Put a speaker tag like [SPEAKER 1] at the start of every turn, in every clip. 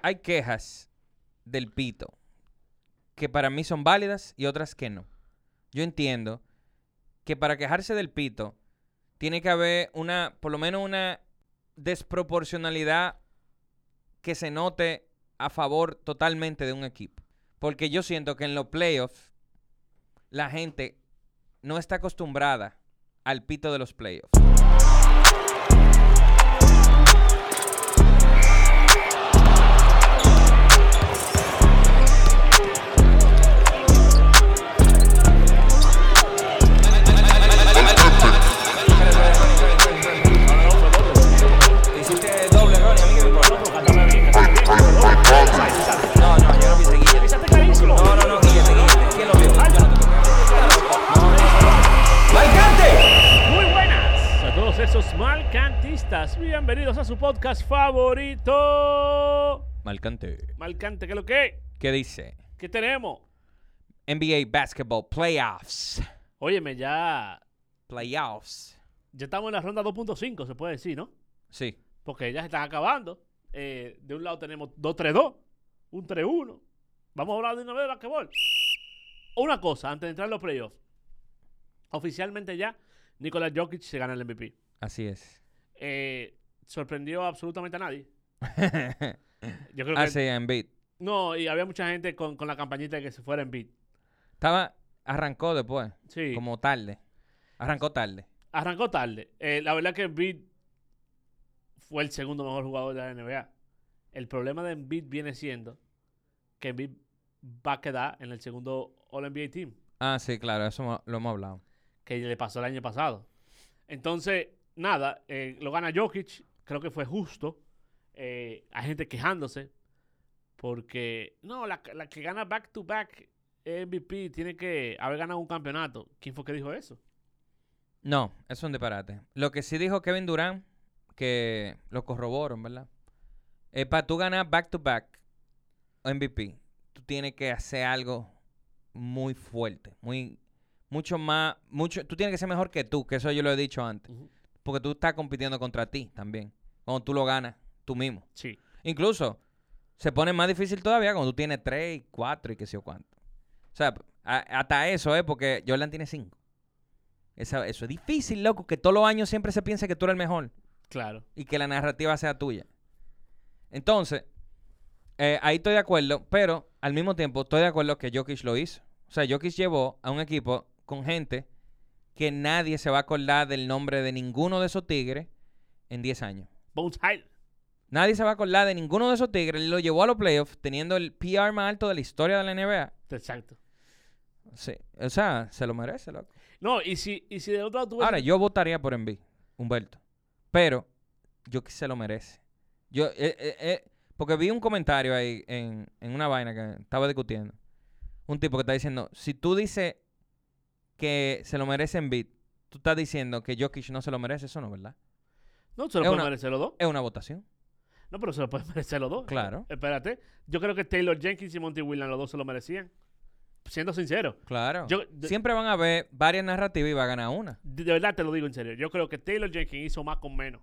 [SPEAKER 1] hay quejas del pito que para mí son válidas y otras que no. Yo entiendo que para quejarse del pito tiene que haber una, por lo menos una desproporcionalidad que se note a favor totalmente de un equipo. Porque yo siento que en los playoffs la gente no está acostumbrada al pito de los playoffs.
[SPEAKER 2] Hiciste doble error y a mí que me importa. No, no, yo no vi seguir. No, no, no, guíllate, guíllate. ¿Quién lo vio? ¡Valcante!
[SPEAKER 3] Muy buenas a todos esos malcantistas. Bienvenidos a su podcast favorito.
[SPEAKER 1] Malcante.
[SPEAKER 3] Malcante, ¿qué es lo que?
[SPEAKER 1] ¿Qué dice?
[SPEAKER 3] ¿Qué tenemos?
[SPEAKER 1] NBA Basketball Playoffs.
[SPEAKER 3] Óyeme, ya,
[SPEAKER 1] Playoffs.
[SPEAKER 3] ya estamos en la ronda 2.5, se puede decir, ¿no?
[SPEAKER 1] Sí.
[SPEAKER 3] Porque ya se están acabando. Eh, de un lado tenemos 2-3-2, un 3-1. Vamos a hablar de una vez de basquetbol. Una cosa, antes de entrar en los playoffs. Oficialmente ya, Nikola Jokic se gana el MVP.
[SPEAKER 1] Así es.
[SPEAKER 3] Eh, sorprendió absolutamente a nadie. Yo creo que...
[SPEAKER 1] Así Ah, en beat.
[SPEAKER 3] No, y había mucha gente con, con la campañita de que se fuera en beat.
[SPEAKER 1] Estaba, arrancó después,
[SPEAKER 3] Sí.
[SPEAKER 1] como tarde. Arrancó tarde.
[SPEAKER 3] Arrancó tarde. Eh, la verdad que Embiid fue el segundo mejor jugador de la NBA. El problema de Embiid viene siendo que Embiid va a quedar en el segundo All-NBA Team,
[SPEAKER 1] Ah, sí, claro, eso mo- lo hemos hablado.
[SPEAKER 3] que le pasó el año pasado. Entonces, nada, eh, lo gana Jokic, creo que fue justo. Eh, hay gente quejándose porque, no, la, la que gana back-to-back MVP tiene que haber ganado un campeonato. ¿Quién fue que dijo eso?
[SPEAKER 1] No, es un disparate. Lo que sí dijo Kevin Durant, que lo corroboró, ¿verdad? para tú ganar back-to-back MVP, tú tienes que hacer algo muy fuerte, muy mucho más, mucho, tú tienes que ser mejor que tú, que eso yo lo he dicho antes,
[SPEAKER 3] Ujú.
[SPEAKER 1] porque tú estás compitiendo contra ti también, cuando tú lo ganas tú mismo.
[SPEAKER 3] Sí.
[SPEAKER 1] Incluso se pone más difícil todavía cuando tú tienes 3, 4 y qué sé yo cuánto. O sea, a- hasta eso, ¿eh? Porque Jordan tiene 5. Eso, eso es difícil, loco, que todos los años siempre se piensa que tú eres el mejor
[SPEAKER 3] Claro.
[SPEAKER 1] y que la narrativa sea tuya. Entonces, eh, ahí estoy de acuerdo, pero al mismo tiempo estoy de acuerdo que Jokic lo hizo. O sea, Jokic llevó a un equipo con gente que nadie se va a acordar del nombre de ninguno de esos tigres en 10 años.
[SPEAKER 3] Bones Highland.
[SPEAKER 1] Nadie se va a acordar de ninguno de esos Tigres. Lo llevó a los playoffs teniendo el PR más alto de la historia de la NBA.
[SPEAKER 3] Exacto.
[SPEAKER 1] Sí, O sea, se lo merece, loco.
[SPEAKER 3] No, y si, y si del otro lado tú ves-
[SPEAKER 1] Ahora, yo votaría por Embiid, Humberto. Pero yo que se lo merece. Yo, eh, eh, eh, porque vi un comentario ahí en, en una vaina que estaba discutiendo. Un tipo que está diciendo, si tú dices que se lo merece Embiid, tú estás diciendo que Jokic no se lo merece, eso no es verdad.
[SPEAKER 3] No, se lo
[SPEAKER 1] es
[SPEAKER 3] pueden
[SPEAKER 1] una-
[SPEAKER 3] merecer los dos.
[SPEAKER 1] Es una votación.
[SPEAKER 3] No, pero se lo pueden merecer los dos.
[SPEAKER 1] Claro.
[SPEAKER 3] Eh, Espérate. Yo creo que Taylor Jenkins y Monty Williams, los dos se lo merecían. Siendo sincero.
[SPEAKER 1] Claro.
[SPEAKER 3] Yo- de-
[SPEAKER 1] Siempre van a haber varias narrativas y va a ganar una.
[SPEAKER 3] De, de verdad te lo digo en serio. Yo creo que Taylor Jenkins hizo más con menos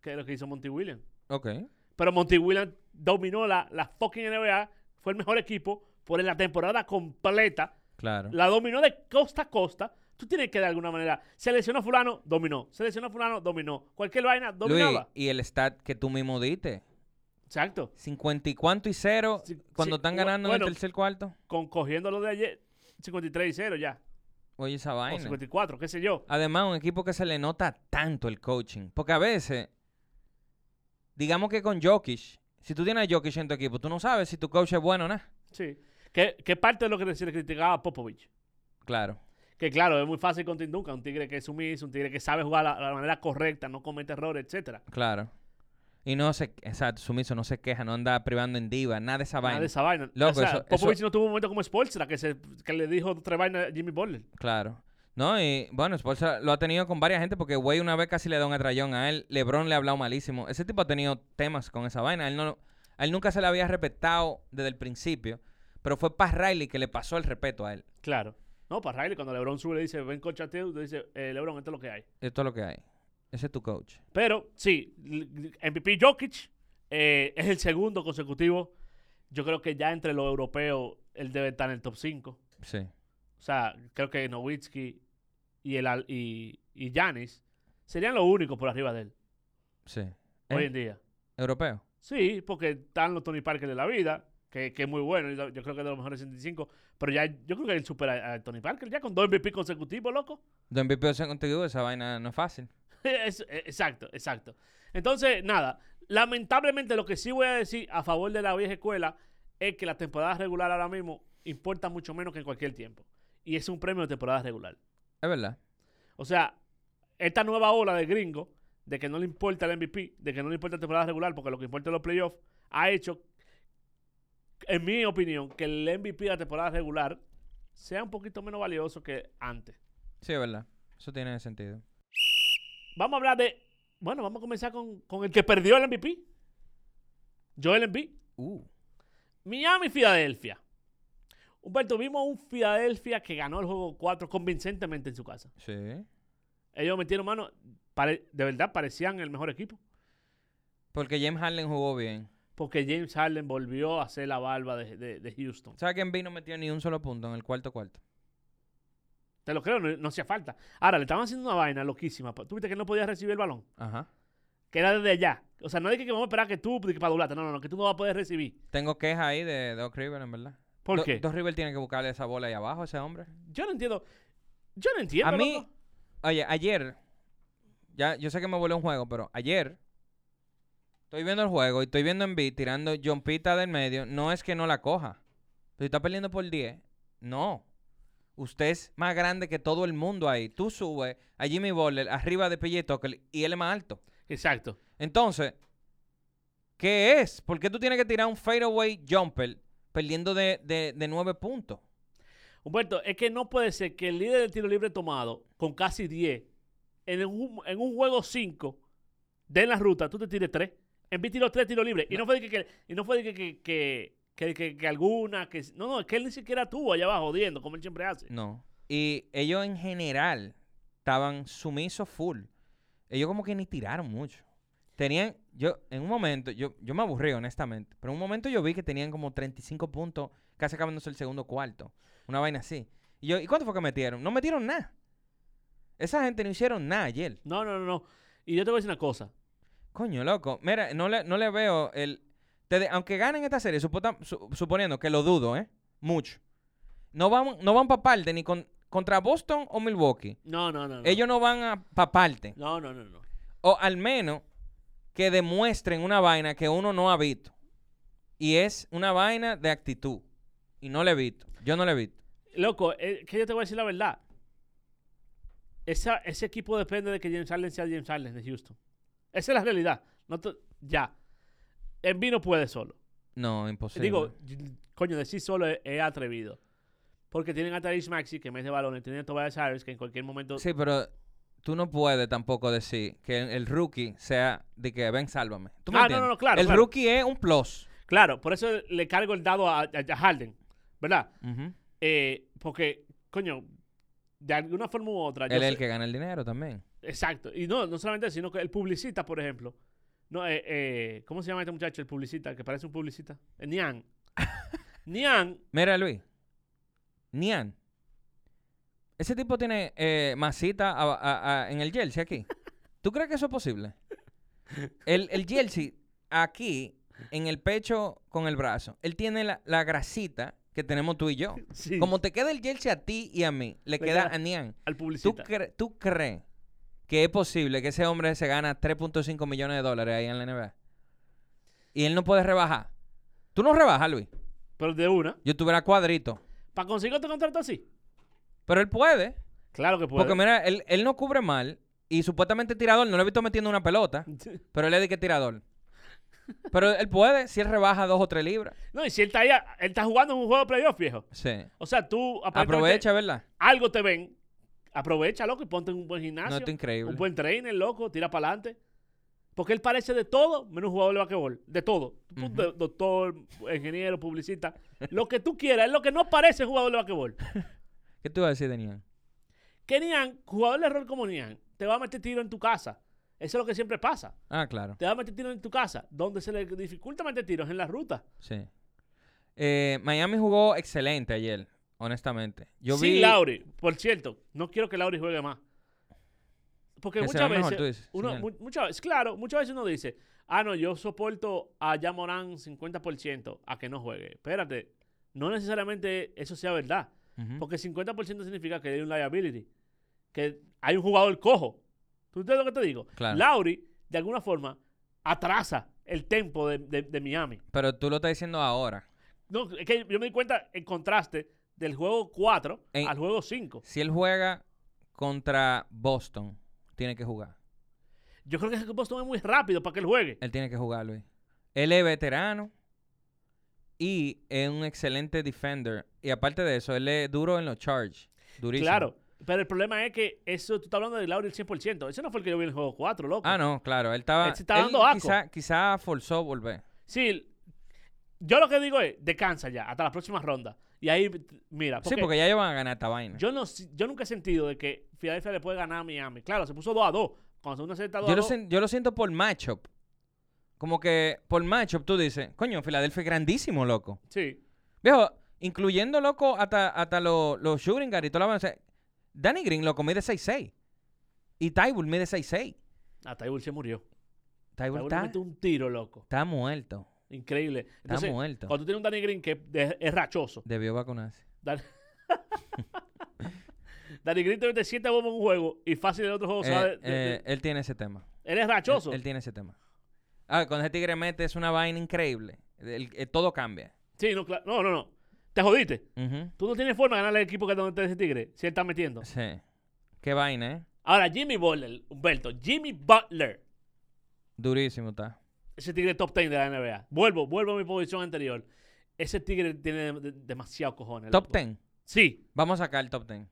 [SPEAKER 3] que lo que hizo Monty Williams.
[SPEAKER 1] Ok.
[SPEAKER 3] Pero Monty Williams dominó la, la fucking NBA. Fue el mejor equipo por la temporada completa.
[SPEAKER 1] Claro.
[SPEAKER 3] La dominó de costa a costa. Tú tienes que de alguna manera. Seleccionó fulano, dominó. Seleccionó fulano, dominó. Cualquier vaina, dominaba.
[SPEAKER 1] Luis, y el stat que tú mismo diste.
[SPEAKER 3] Exacto.
[SPEAKER 1] 50
[SPEAKER 3] 50
[SPEAKER 1] y cuánto y cero
[SPEAKER 3] Sí,
[SPEAKER 1] cuando
[SPEAKER 3] sí,
[SPEAKER 1] están
[SPEAKER 3] bu-
[SPEAKER 1] ganando
[SPEAKER 3] bueno.
[SPEAKER 1] en el tercer cuarto.
[SPEAKER 3] con cogiendo lo de ayer, 53 y 0 ya.
[SPEAKER 1] Oye, esa
[SPEAKER 3] O
[SPEAKER 1] vaina.
[SPEAKER 3] 54, qué sé yo.
[SPEAKER 1] Además, un equipo que se le nota tanto el coaching. Porque a veces, digamos que con Jokic, si tú tienes a Jokic en tu equipo, tú no sabes si tu coach es bueno o no.
[SPEAKER 3] Sí. Que, que parte de lo que se le criticaba a Popovich.
[SPEAKER 1] Claro.
[SPEAKER 3] Que claro, es muy fácil con Tim Duncan, un tigre que es sumiso, un tigre que sabe jugar la, la manera correcta, no comete errores, etcétera.
[SPEAKER 1] Claro. Y no se, exacto, sumiso, no se queja, no anda privando en diva, nada de esa
[SPEAKER 3] Nada
[SPEAKER 1] vaina.
[SPEAKER 3] de esa vaina.
[SPEAKER 1] Loco,
[SPEAKER 3] o sea,
[SPEAKER 1] eso-
[SPEAKER 3] Popovich
[SPEAKER 1] eso-
[SPEAKER 3] no tuvo un momento como Sportstra que, se, que le dijo tres vainas a Jimmy Butler.
[SPEAKER 1] Claro. No, y bueno, Spolstra lo ha tenido con varias gente porque Way una vez casi le da un atrayón a él. LeBron le ha hablado malísimo. Ese tipo ha tenido temas con esa vaina. Él, no, a él nunca se le había respetado desde el principio, pero fue Paz Riley que le pasó el respeto a él.
[SPEAKER 3] Claro. No, para Riley, cuando LeBron sube le dice, ven coach a ti", le dice, eh, LeBron, esto es lo que hay.
[SPEAKER 1] Esto es lo que hay. Ese es tu coach.
[SPEAKER 3] Pero sí, l- MVP Jokic, Eh, es el segundo consecutivo. Yo creo que ya entre los europeos él debe estar en el top 5.
[SPEAKER 1] Sí.
[SPEAKER 3] O sea, creo que Nowitzki y el al- y, y Giannis serían los únicos por arriba de él
[SPEAKER 1] Sí. ¿Eh?
[SPEAKER 3] hoy en día.
[SPEAKER 1] Europeo.
[SPEAKER 3] Sí, porque están los Tony Parker de la vida, que, que es muy bueno. y Yo creo que es de los mejores 65. Pero ya, yo creo que él supera a, a Tony Parker ya con dos MVP consecutivos, loco.
[SPEAKER 1] Dos MVP se contigo, esa vaina no es fácil.
[SPEAKER 3] Es- eh, exacto, exacto. Entonces, nada, lamentablemente lo que sí voy a decir a favor de la vieja escuela es que la temporada regular ahora mismo importa mucho menos que en cualquier tiempo. Y es un premio de temporada regular.
[SPEAKER 1] Es verdad.
[SPEAKER 3] O sea, esta nueva ola de gringo, de que no le importa el MVP, de que no le importa la temporada regular, porque lo que importa es los playoffs, ha hecho, en mi opinión, que el MVP de la temporada regular sea un poquito menos valioso que antes.
[SPEAKER 1] Sí, es verdad. Eso tiene sentido.
[SPEAKER 3] Vamos a hablar de. Bueno, vamos a comenzar con, con el que perdió el MVP. Joel Embiid.
[SPEAKER 1] Uh.
[SPEAKER 3] Miami, Filadelfia. Humberto, vimos un Filadelfia que ganó el juego 4 convincentemente en su casa.
[SPEAKER 1] Sí.
[SPEAKER 3] Ellos metieron mano, pare- de verdad parecían el mejor equipo.
[SPEAKER 1] Porque James Harden jugó bien.
[SPEAKER 3] Porque James Harden volvió a ser la barba de, de- de Houston.
[SPEAKER 1] ¿Sabes que Embiid no metió ni un solo punto en el cuarto cuarto?
[SPEAKER 3] Te lo creo, no, no hacía falta. Ahora, le estaban haciendo una vaina loquísima. Tú viste que él no podía recibir el balón.
[SPEAKER 1] Ajá.
[SPEAKER 3] Que era desde allá. O sea, no dije que vamos a esperar que tú, de que para doblarte. No, no, no, que tú no vas a poder recibir.
[SPEAKER 1] Tengo queja ahí de Doc River, en verdad.
[SPEAKER 3] ¿Por
[SPEAKER 1] Do-
[SPEAKER 3] qué?
[SPEAKER 1] Doc River tiene que buscarle esa bola ahí abajo a ese hombre.
[SPEAKER 3] Yo no entiendo. Yo no entiendo.
[SPEAKER 1] A mí-
[SPEAKER 3] loco.
[SPEAKER 1] Oye, ayer, ya, yo sé que me volé un juego, pero ayer estoy viendo el juego y estoy viendo en B tirando John Pita del medio. No es que no la coja. Si está perdiendo por 10, no. Usted es más grande que todo el mundo ahí. Tú subes a Jimmy Butler arriba de PJ Tucker y él es más alto.
[SPEAKER 3] Exacto.
[SPEAKER 1] Entonces, ¿qué es? ¿Por qué tú tienes que tirar un fadeaway jumper perdiendo de, de, de 9 puntos?
[SPEAKER 3] Humberto, es que no puede ser que el líder del tiro libre tomado, con casi 10, en un, en un juego 5, de la ruta, tú te tires 3. En vez tiró 3 tiros libres. Y no fue de que, que- y no fue de que, que, que, que- que- que alguna, que... No, no, es que él ni siquiera tuvo allá abajo jodiendo, como él siempre hace.
[SPEAKER 1] No. Y ellos en general estaban sumisos full. Ellos como que ni tiraron mucho. Tenían, yo, en un momento, yo, yo me aburrí honestamente, pero en un momento yo vi que tenían como 35 puntos, casi acabándose el segundo cuarto. Una vaina así. Y yo, ¿y cuánto fue que metieron? No metieron nada. Esa gente no hicieron nada ayer.
[SPEAKER 3] No, no, no, no. Y yo te voy a decir una cosa.
[SPEAKER 1] Coño, loco. Mira, no le, no le veo el... te de- aunque ganen esta serie, supota- su- suponiendo que lo dudo, ¿eh? Mucho. No van, no van para parte ni con- contra Boston o Milwaukee.
[SPEAKER 3] No, no, no. no.
[SPEAKER 1] Ellos no van a para parte.
[SPEAKER 3] No, no, no, no.
[SPEAKER 1] O al menos que demuestren una vaina que uno no ha visto. Y es una vaina de actitud. Y no le he visto. Yo no le he visto.
[SPEAKER 3] Loco, eh, que yo te voy a decir la verdad. Esa- ese equipo depende de que James Harden sea James Harden de Houston. Esa es la realidad. No te- ya. Envy no puede solo.
[SPEAKER 1] No, imposible.
[SPEAKER 3] Digo, y- coño, decir solo es, es atrevido. Porque tienen a Tarish Maxi, que mete balones. Tienen a Tobias Harris, que en cualquier momento...
[SPEAKER 1] sí, pero tú no puedes tampoco decir que el, el rookie sea de que ven, sálvame. ¿Tú me
[SPEAKER 3] Ah, no,
[SPEAKER 1] entiendes?
[SPEAKER 3] no, no, claro,
[SPEAKER 1] El
[SPEAKER 3] claro.
[SPEAKER 1] rookie es un plus.
[SPEAKER 3] Claro, por eso le cargo el dado a, a- a Harden. ¿Verdad?
[SPEAKER 1] Ujú.
[SPEAKER 3] Eh, porque, coño, de alguna forma u otra... yo
[SPEAKER 1] Él es
[SPEAKER 3] sé-
[SPEAKER 1] el que gana el dinero también.
[SPEAKER 3] Exacto. Y no, no solamente eso, sino que el publicista, por ejemplo. No, eh, eh, ¿Cómo se llama este muchacho? El publicista, que parece un publicista. Eh, Nian. Nian,
[SPEAKER 1] Mira, Luis. Nian. Ese tipo tiene eh, masita a- a- a- en el jersey aquí. ¿Tú crees que eso es posible? El, el jersey aquí, en el pecho con el brazo, él tiene la, la grasita que tenemos tú y yo.
[SPEAKER 3] sí,
[SPEAKER 1] Como te queda el jersey a ti y a mí, le, queda,
[SPEAKER 3] queda-
[SPEAKER 1] a Nian.
[SPEAKER 3] al
[SPEAKER 1] ¿Tú,
[SPEAKER 3] publicista.
[SPEAKER 1] cre- ¿Tú crees que es posible que ese hombre se gana 3.5 millones de dólares ahí en la NBA? Y él no puede rebajar. Tú no rebajas, Luis.
[SPEAKER 3] Pero de una.
[SPEAKER 1] Yo tuviera cuadrito.
[SPEAKER 3] ¿Para conseguir otro contrato así?
[SPEAKER 1] Pero él puede.
[SPEAKER 3] Claro que puede.
[SPEAKER 1] Porque mira, él, él no cubre mal. Y supuestamente tirador, no lo he visto metiendo una pelota. Pero él es de que tirador. Pero él puede, si él rebaja dos o tres libras.
[SPEAKER 3] No, y si él está, ahí, a- él está jugando en un juego de playoff, viejo.
[SPEAKER 1] Sí.
[SPEAKER 3] O sea, tú aparentemente,
[SPEAKER 1] Aprovecha, ¿verdad?
[SPEAKER 3] Algo te ven. Aprovecha, loco, y ponte en un buen
[SPEAKER 1] No,
[SPEAKER 3] gimnasio.
[SPEAKER 1] esto es increíble.
[SPEAKER 3] un buen trainer, loco, tira para adelante. Porque él parece de todo, menos jugador de basquetbol. De todo. Tú,
[SPEAKER 1] Ujú.
[SPEAKER 3] de- Doctor, ingeniero, publicista. lo que tú quieras, es lo que no parece jugador de basquetbol.
[SPEAKER 1] ¿Qué tú ibas a decir, Daniel?
[SPEAKER 3] Que Nian, jugador de rol como Nian, te va a meter tiro en tu casa. Eso es lo que siempre pasa.
[SPEAKER 1] Ah, claro.
[SPEAKER 3] Te va a meter tiros en tu casa. Donde se le dificulta meter tiros es en la ruta.
[SPEAKER 1] Sí. Eh, Miami jugó excelente ayer, honestamente. Yo
[SPEAKER 3] Sin
[SPEAKER 1] vi.
[SPEAKER 3] Lauri. Por cierto, no quiero que Lauri juegue más. Porque
[SPEAKER 1] Que se
[SPEAKER 3] muchas
[SPEAKER 1] ve mejor,
[SPEAKER 3] veces,
[SPEAKER 1] tú dices, sin
[SPEAKER 3] uno,
[SPEAKER 1] él.
[SPEAKER 3] mu- muchas veces- claro, muchas veces uno dice, ah, no, yo soporto a Yamoran 50% a que no juegue. Espérate, no necesariamente eso sea verdad.
[SPEAKER 1] Ujú.
[SPEAKER 3] Porque 50% significa que hay un liability. Que hay un jugador cojo. ¿Tú entiendes lo que te digo?
[SPEAKER 1] Claro.
[SPEAKER 3] Lauri, de alguna forma, atrasa el tempo de, de- de Miami.
[SPEAKER 1] Pero tú lo estás diciendo ahora.
[SPEAKER 3] No, es que yo me di cuenta en contraste del juego 4
[SPEAKER 1] En-
[SPEAKER 3] al juego 5.
[SPEAKER 1] Si él juega contra Boston, tiene que jugar.
[SPEAKER 3] Yo creo que ese Boston es muy rápido para que él juegue.
[SPEAKER 1] Él tiene que jugar, Luis. Él es veterano y es un excelente defender. Y aparte de eso, él es duro en los charges. Durísimo.
[SPEAKER 3] Claro. Pero el problema es que eso, tú estás hablando de Lauri el 100%. Ese no fue el que yo vi en el juego 4, loco.
[SPEAKER 1] Ah, no, claro. Él estaba.
[SPEAKER 3] Él se estaba
[SPEAKER 1] él
[SPEAKER 3] dando asco.
[SPEAKER 1] quizá, quizá forzó volver.
[SPEAKER 3] Sí, yo lo que digo es, descansa ya, hasta la próxima ronda. Y ahí, mira.
[SPEAKER 1] sí, porque ya ellos van a ganar esta vaina. Yo,
[SPEAKER 3] Yo, no, si- yo nunca he sentido de que Filadelfia le puede ganar a Miami. Claro, se puso 2 a 2. Cuando se uno se está 2 a
[SPEAKER 1] lo,
[SPEAKER 3] 2.
[SPEAKER 1] sen- yo lo siento por matchup. Como que por matchup tú dices, coño, Filadelfia es grandísimo, loco.
[SPEAKER 3] Sí.
[SPEAKER 1] Viejo, incluyendo, loco, hasta, hasta los los shooting guard y toda la vaina. O sea, Danny Green, loco, mide 6'6". Y Tybull mide 6'6".
[SPEAKER 3] Ah, Tybull se murió.
[SPEAKER 1] Tybull
[SPEAKER 3] Tybull le
[SPEAKER 1] está,
[SPEAKER 3] metió un tiro, loco.
[SPEAKER 1] está muerto.
[SPEAKER 3] Increíble.
[SPEAKER 1] Está
[SPEAKER 3] Entonces,
[SPEAKER 1] muerto.
[SPEAKER 3] cuando tú tienes un Danny Green que es, es rachoso.
[SPEAKER 1] Debió vacunarse.
[SPEAKER 3] Dan- Danny Green te mete 7 bombas en un juego y fácil el otro juego se va
[SPEAKER 1] Eh,
[SPEAKER 3] de- de- de-
[SPEAKER 1] eh, él tiene ese tema.
[SPEAKER 3] Él es
[SPEAKER 1] Él,
[SPEAKER 3] rachoso.
[SPEAKER 1] él tiene ese tema. Ah, cuando ese tigre mete es una vaina increíble. El- el- todo cambia.
[SPEAKER 3] Sí, no, cla- no, no, no. Te jodiste.
[SPEAKER 1] Ujú.
[SPEAKER 3] Tú no tienes forma de ganarle al equipo que está donde está ese tigre si él está metiendo.
[SPEAKER 1] Sí. Qué vaina, ¿eh?
[SPEAKER 3] Ahora, Jimmy Butler, Humberto, Jimmy Butler.
[SPEAKER 1] Durísimo está.
[SPEAKER 3] Ese tigre top 10 de la NBA. Vuelvo, vuelvo a mi posición anterior. Ese tigre tiene de- demasiado cojones.
[SPEAKER 1] Top
[SPEAKER 3] loco.
[SPEAKER 1] 10.
[SPEAKER 3] Sí,
[SPEAKER 1] Vamos a sacar el top 10.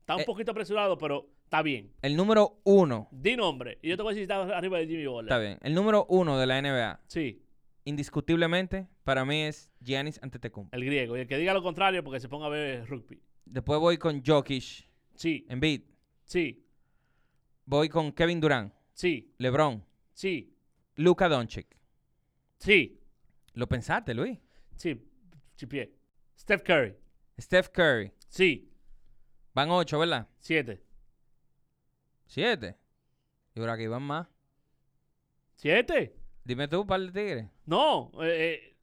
[SPEAKER 3] está un
[SPEAKER 1] Eh.
[SPEAKER 3] poquito apresurado, pero está bien.
[SPEAKER 1] El número uno.
[SPEAKER 3] Di nombre. Y yo te voy a decir si está arriba de Jimmy Butler.
[SPEAKER 1] Está bien. El número uno de la NBA.
[SPEAKER 3] Sí,
[SPEAKER 1] indiscutiblemente, para mí es Giannis Antetokounmpo.
[SPEAKER 3] el griego. Y el que diga lo contrario porque se ponga a ver rugby.
[SPEAKER 1] Después voy con Jokic,
[SPEAKER 3] Sí,
[SPEAKER 1] Embiid.
[SPEAKER 3] sí,
[SPEAKER 1] Voy con Kevin Durant,
[SPEAKER 3] sí,
[SPEAKER 1] LeBron,
[SPEAKER 3] sí,
[SPEAKER 1] Luka Doncic.
[SPEAKER 3] sí,
[SPEAKER 1] Lo pensaste, Luis.
[SPEAKER 3] sí. Chipié. Steph Curry.
[SPEAKER 1] Steph Curry.
[SPEAKER 3] Sí,
[SPEAKER 1] Van ocho, ¿verdad?
[SPEAKER 3] siete.
[SPEAKER 1] Siete. Y ahora que van más.
[SPEAKER 3] ¿Siete?
[SPEAKER 1] Dime tú, par de tigres.
[SPEAKER 3] No, eh, eh,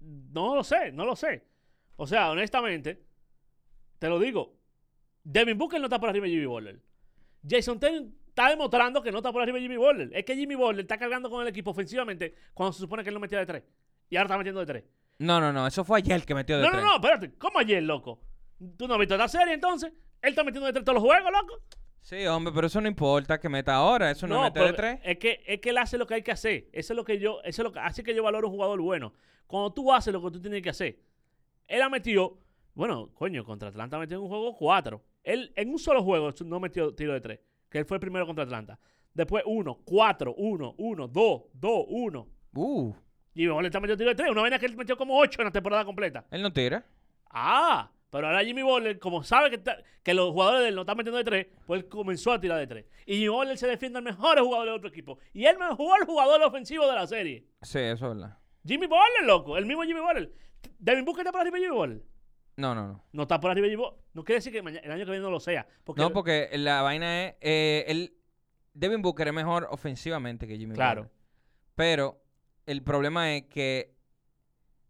[SPEAKER 3] no lo sé, no lo sé. O sea, honestamente, te lo digo. Devin Booker no está por arriba de Jimmy Butler. Jason Tatum está demostrando que no está por arriba de Jimmy Butler. Es que Jimmy Butler está cargando con el equipo ofensivamente cuando se supone que él no metía de tres. Y ahora está metiendo de tres.
[SPEAKER 1] No, no, no. Eso fue ayer que metió de
[SPEAKER 3] No, no,
[SPEAKER 1] tres.
[SPEAKER 3] no, espérate. ¿Cómo ayer, loco? ¿Tú no has visto la serie entonces? Él está metiendo de tres todos los juegos, loco.
[SPEAKER 1] Sí, hombre, pero eso no importa que meta ahora. Eso no, es meter de
[SPEAKER 3] pero
[SPEAKER 1] tres.
[SPEAKER 3] Es que, es que él hace lo que hay que hacer. Eso es lo que yo, eso es lo que, así que yo valoro a un jugador bueno. Cuando tú haces lo que tú tienes que hacer, él ha metido, bueno, coño, contra Atlanta metió en un juego cuatro. Él en un solo juego no metió tiro de tres, que él fue el primero contra Atlanta. Después uno, cuatro, uno, uno, dos, dos, uno.
[SPEAKER 1] Uh,
[SPEAKER 3] Y Jimmy Butler está metiendo tiro de tres. Una vaina que él metió como ocho en la temporada completa.
[SPEAKER 1] él no tira.
[SPEAKER 3] Ah, pero ahora Jimmy Butler, como sabe que, está- que los jugadores de él no están metiendo de tres, pues él comenzó a tirar de tres. Y Jimmy Butler se defiende al mejor jugador del otro equipo. Y él mejor jugador ofensivo de la serie.
[SPEAKER 1] Sí, eso es verdad.
[SPEAKER 3] Jimmy Butler, loco. El mismo Jimmy Butler. Devin Booker está por arriba de Jimmy Butler.
[SPEAKER 1] No, no, no.
[SPEAKER 3] No está por arriba de Jimmy Butler. No quiere decir que maña- el año que viene no lo sea. Porque,
[SPEAKER 1] No, porque la vaina es. eh, él, Devin Booker es mejor ofensivamente que Jimmy
[SPEAKER 3] Claro.
[SPEAKER 1] Butler. Pero el problema es que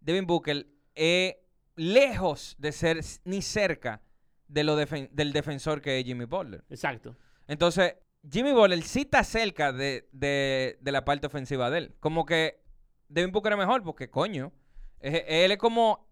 [SPEAKER 1] Devin Booker es lejos de ser s- ni cerca de lo defen- del defensor que es Jimmy Butler.
[SPEAKER 3] Exacto.
[SPEAKER 1] Entonces, Jimmy Butler sí está cerca de, de- de la parte ofensiva de él. Como que Devin Booker es mejor porque, coño, eh, él es como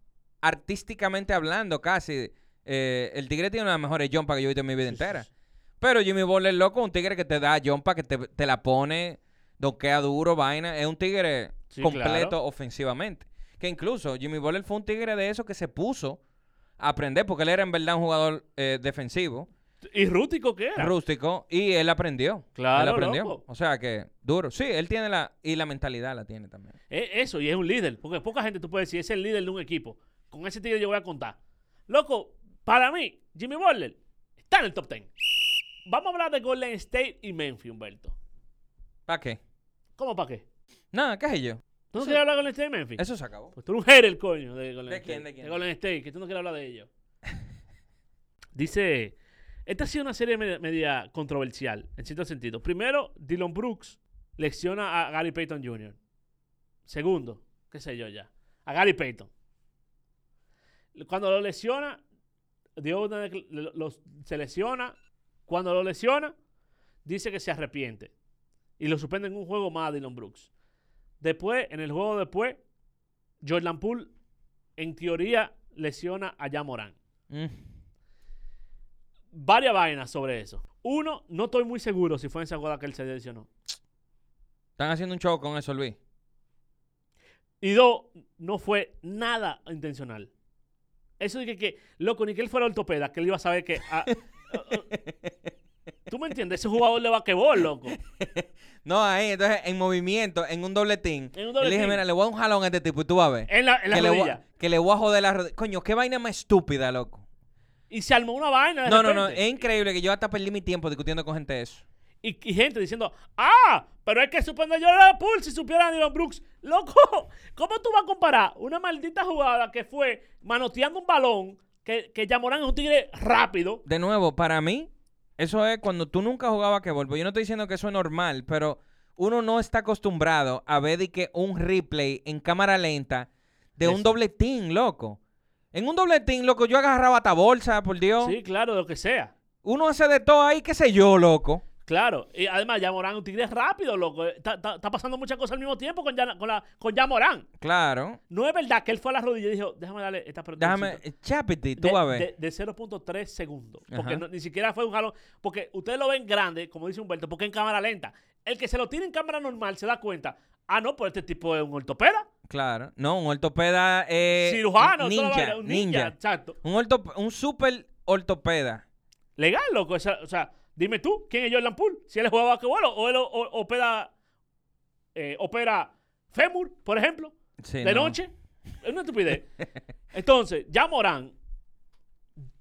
[SPEAKER 1] artísticamente hablando casi. eh, el tigre tiene una mejores jumpa que yo he visto en mi vida
[SPEAKER 3] Sí, sí,
[SPEAKER 1] entera.
[SPEAKER 3] sí.
[SPEAKER 1] Pero Jimmy Butler, loco, un tigre que te da jumpa, que te, te la pone, doquea duro, vaina. Es un tigre
[SPEAKER 3] Sí,
[SPEAKER 1] completo
[SPEAKER 3] claro.
[SPEAKER 1] ofensivamente. Que incluso Jimmy Butler fue un tigre de eso que se puso a aprender, porque él era en verdad un jugador eh, defensivo,
[SPEAKER 3] ¿Y Rútico qué era?
[SPEAKER 1] rústico, y él aprendió. Él
[SPEAKER 3] Claro,
[SPEAKER 1] aprendió.
[SPEAKER 3] loco.
[SPEAKER 1] O sea que, duro. Sí, él tiene la... Y la mentalidad la tiene también.
[SPEAKER 3] Es E, eso, y es un líder. Porque poca gente tú puedes decir, es el líder de un equipo. Con ese tigre yo voy a contar. Loco, para mí, Jimmy Butler está en el top 10. Vamos a hablar de Golden State y Memphis, Humberto.
[SPEAKER 1] ¿Para qué?
[SPEAKER 3] ¿Cómo para qué?
[SPEAKER 1] Nada, qué sé yo.
[SPEAKER 3] ¿Tú no
[SPEAKER 1] Eso-
[SPEAKER 3] quieres hablar de Golden State y Memphis?
[SPEAKER 1] Eso se acabó.
[SPEAKER 3] Pues tú eres un hater, coño, de Golden
[SPEAKER 1] ¿De
[SPEAKER 3] State.
[SPEAKER 1] quién, de quién?
[SPEAKER 3] Golden State, que tú no quieres hablar de ellos. Dice, esta ha sido una serie media, media controversial, en cierto sentido. Primero, Dylan Brooks lecciona a Gary Payton Jr. Segundo, qué sé yo ya, a Gary Payton. Cuando lo lesiona, dio una decl- lo- lo- se lesiona. Cuando lo lesiona, dice que se arrepiente. Y lo suspenden un juego más a Dylan Brooks. Después, en el juego después, Jordan Poole, en teoría, lesiona a Yamorán.
[SPEAKER 1] Mm.
[SPEAKER 3] Varias vainas sobre eso. Uno, no estoy muy seguro si fue en esa jugada que él se lesionó.
[SPEAKER 1] Están haciendo un show con eso, Luis.
[SPEAKER 3] Y dos, no fue nada intencional. Eso de que, que, loco, ni que él fuera ortopeda, que él iba a saber que... ah, ah, ah. ¿Tú me entiendes? Ese jugador de basquetbol, loco.
[SPEAKER 1] No, ahí, entonces, en movimiento, en un dobletín.
[SPEAKER 3] En un
[SPEAKER 1] Yo Le dije,
[SPEAKER 3] dobletín.
[SPEAKER 1] mira, le voy a dar un jalón a este tipo y tú vas a ver.
[SPEAKER 3] En la, en la
[SPEAKER 1] que, le voy,
[SPEAKER 3] rodilla.
[SPEAKER 1] a- que le voy a joder la rodilla. Coño, qué vaina más estúpida, loco.
[SPEAKER 3] Y se armó una vaina de
[SPEAKER 1] No, no, no.
[SPEAKER 3] repente.
[SPEAKER 1] Es increíble que yo hasta perdí mi tiempo discutiendo con gente de eso.
[SPEAKER 3] Y, y gente diciendo, ah, pero es que suspende Jordan Poole si supiera a Dylan Brooks. Loco, ¿cómo tú vas a comparar una maldita jugada que fue manoteando un balón, que, que Yamorán es un tigre rápido?
[SPEAKER 1] De nuevo, para mí, eso es cuando tú nunca jugabas que Yo no estoy diciendo que eso es normal, pero uno no está acostumbrado a ver de que un replay en cámara lenta de un
[SPEAKER 3] Eso.
[SPEAKER 1] dobletín, loco. En un dobletín, loco, yo agarraba esta bolsa, por Dios.
[SPEAKER 3] Sí, claro, de lo que sea.
[SPEAKER 1] Uno hace de todo ahí, qué sé yo, loco.
[SPEAKER 3] Claro, y además Yamorán es un tigre rápido, loco. Está, está- está pasando muchas cosas al mismo tiempo con, Yana- con, la, con Yamorán.
[SPEAKER 1] Claro.
[SPEAKER 3] No es verdad que él fue a la rodilla y dijo, déjame darle esta pelota.
[SPEAKER 1] Déjame, chapiti, tú
[SPEAKER 3] de,
[SPEAKER 1] vas a ver.
[SPEAKER 3] de- de 0.3 segundos.
[SPEAKER 1] Ajá.
[SPEAKER 3] Porque no- ni siquiera fue un jalón. Porque ustedes lo ven grande, como dice Humberto, porque en cámara lenta. El que se lo tiene en cámara normal se da cuenta. Ah, no, pues este tipo es un ortopeda.
[SPEAKER 1] Claro. No, un ortopeda. eh,
[SPEAKER 3] cirujano, toda la
[SPEAKER 1] ninja,
[SPEAKER 3] vaina, un ninja,
[SPEAKER 1] ninja.
[SPEAKER 3] Exacto.
[SPEAKER 1] Un, ortop- un super ortopeda.
[SPEAKER 3] Legal, loco. O sea, o sea, dime tú, ¿quién es Jordan Poole? Si él juega basquetbol o o él o- o- opera, eh, opera fémur, por ejemplo.
[SPEAKER 1] Sí,
[SPEAKER 3] de
[SPEAKER 1] no.
[SPEAKER 3] noche. Es una estupidez. Entonces, ya Morán,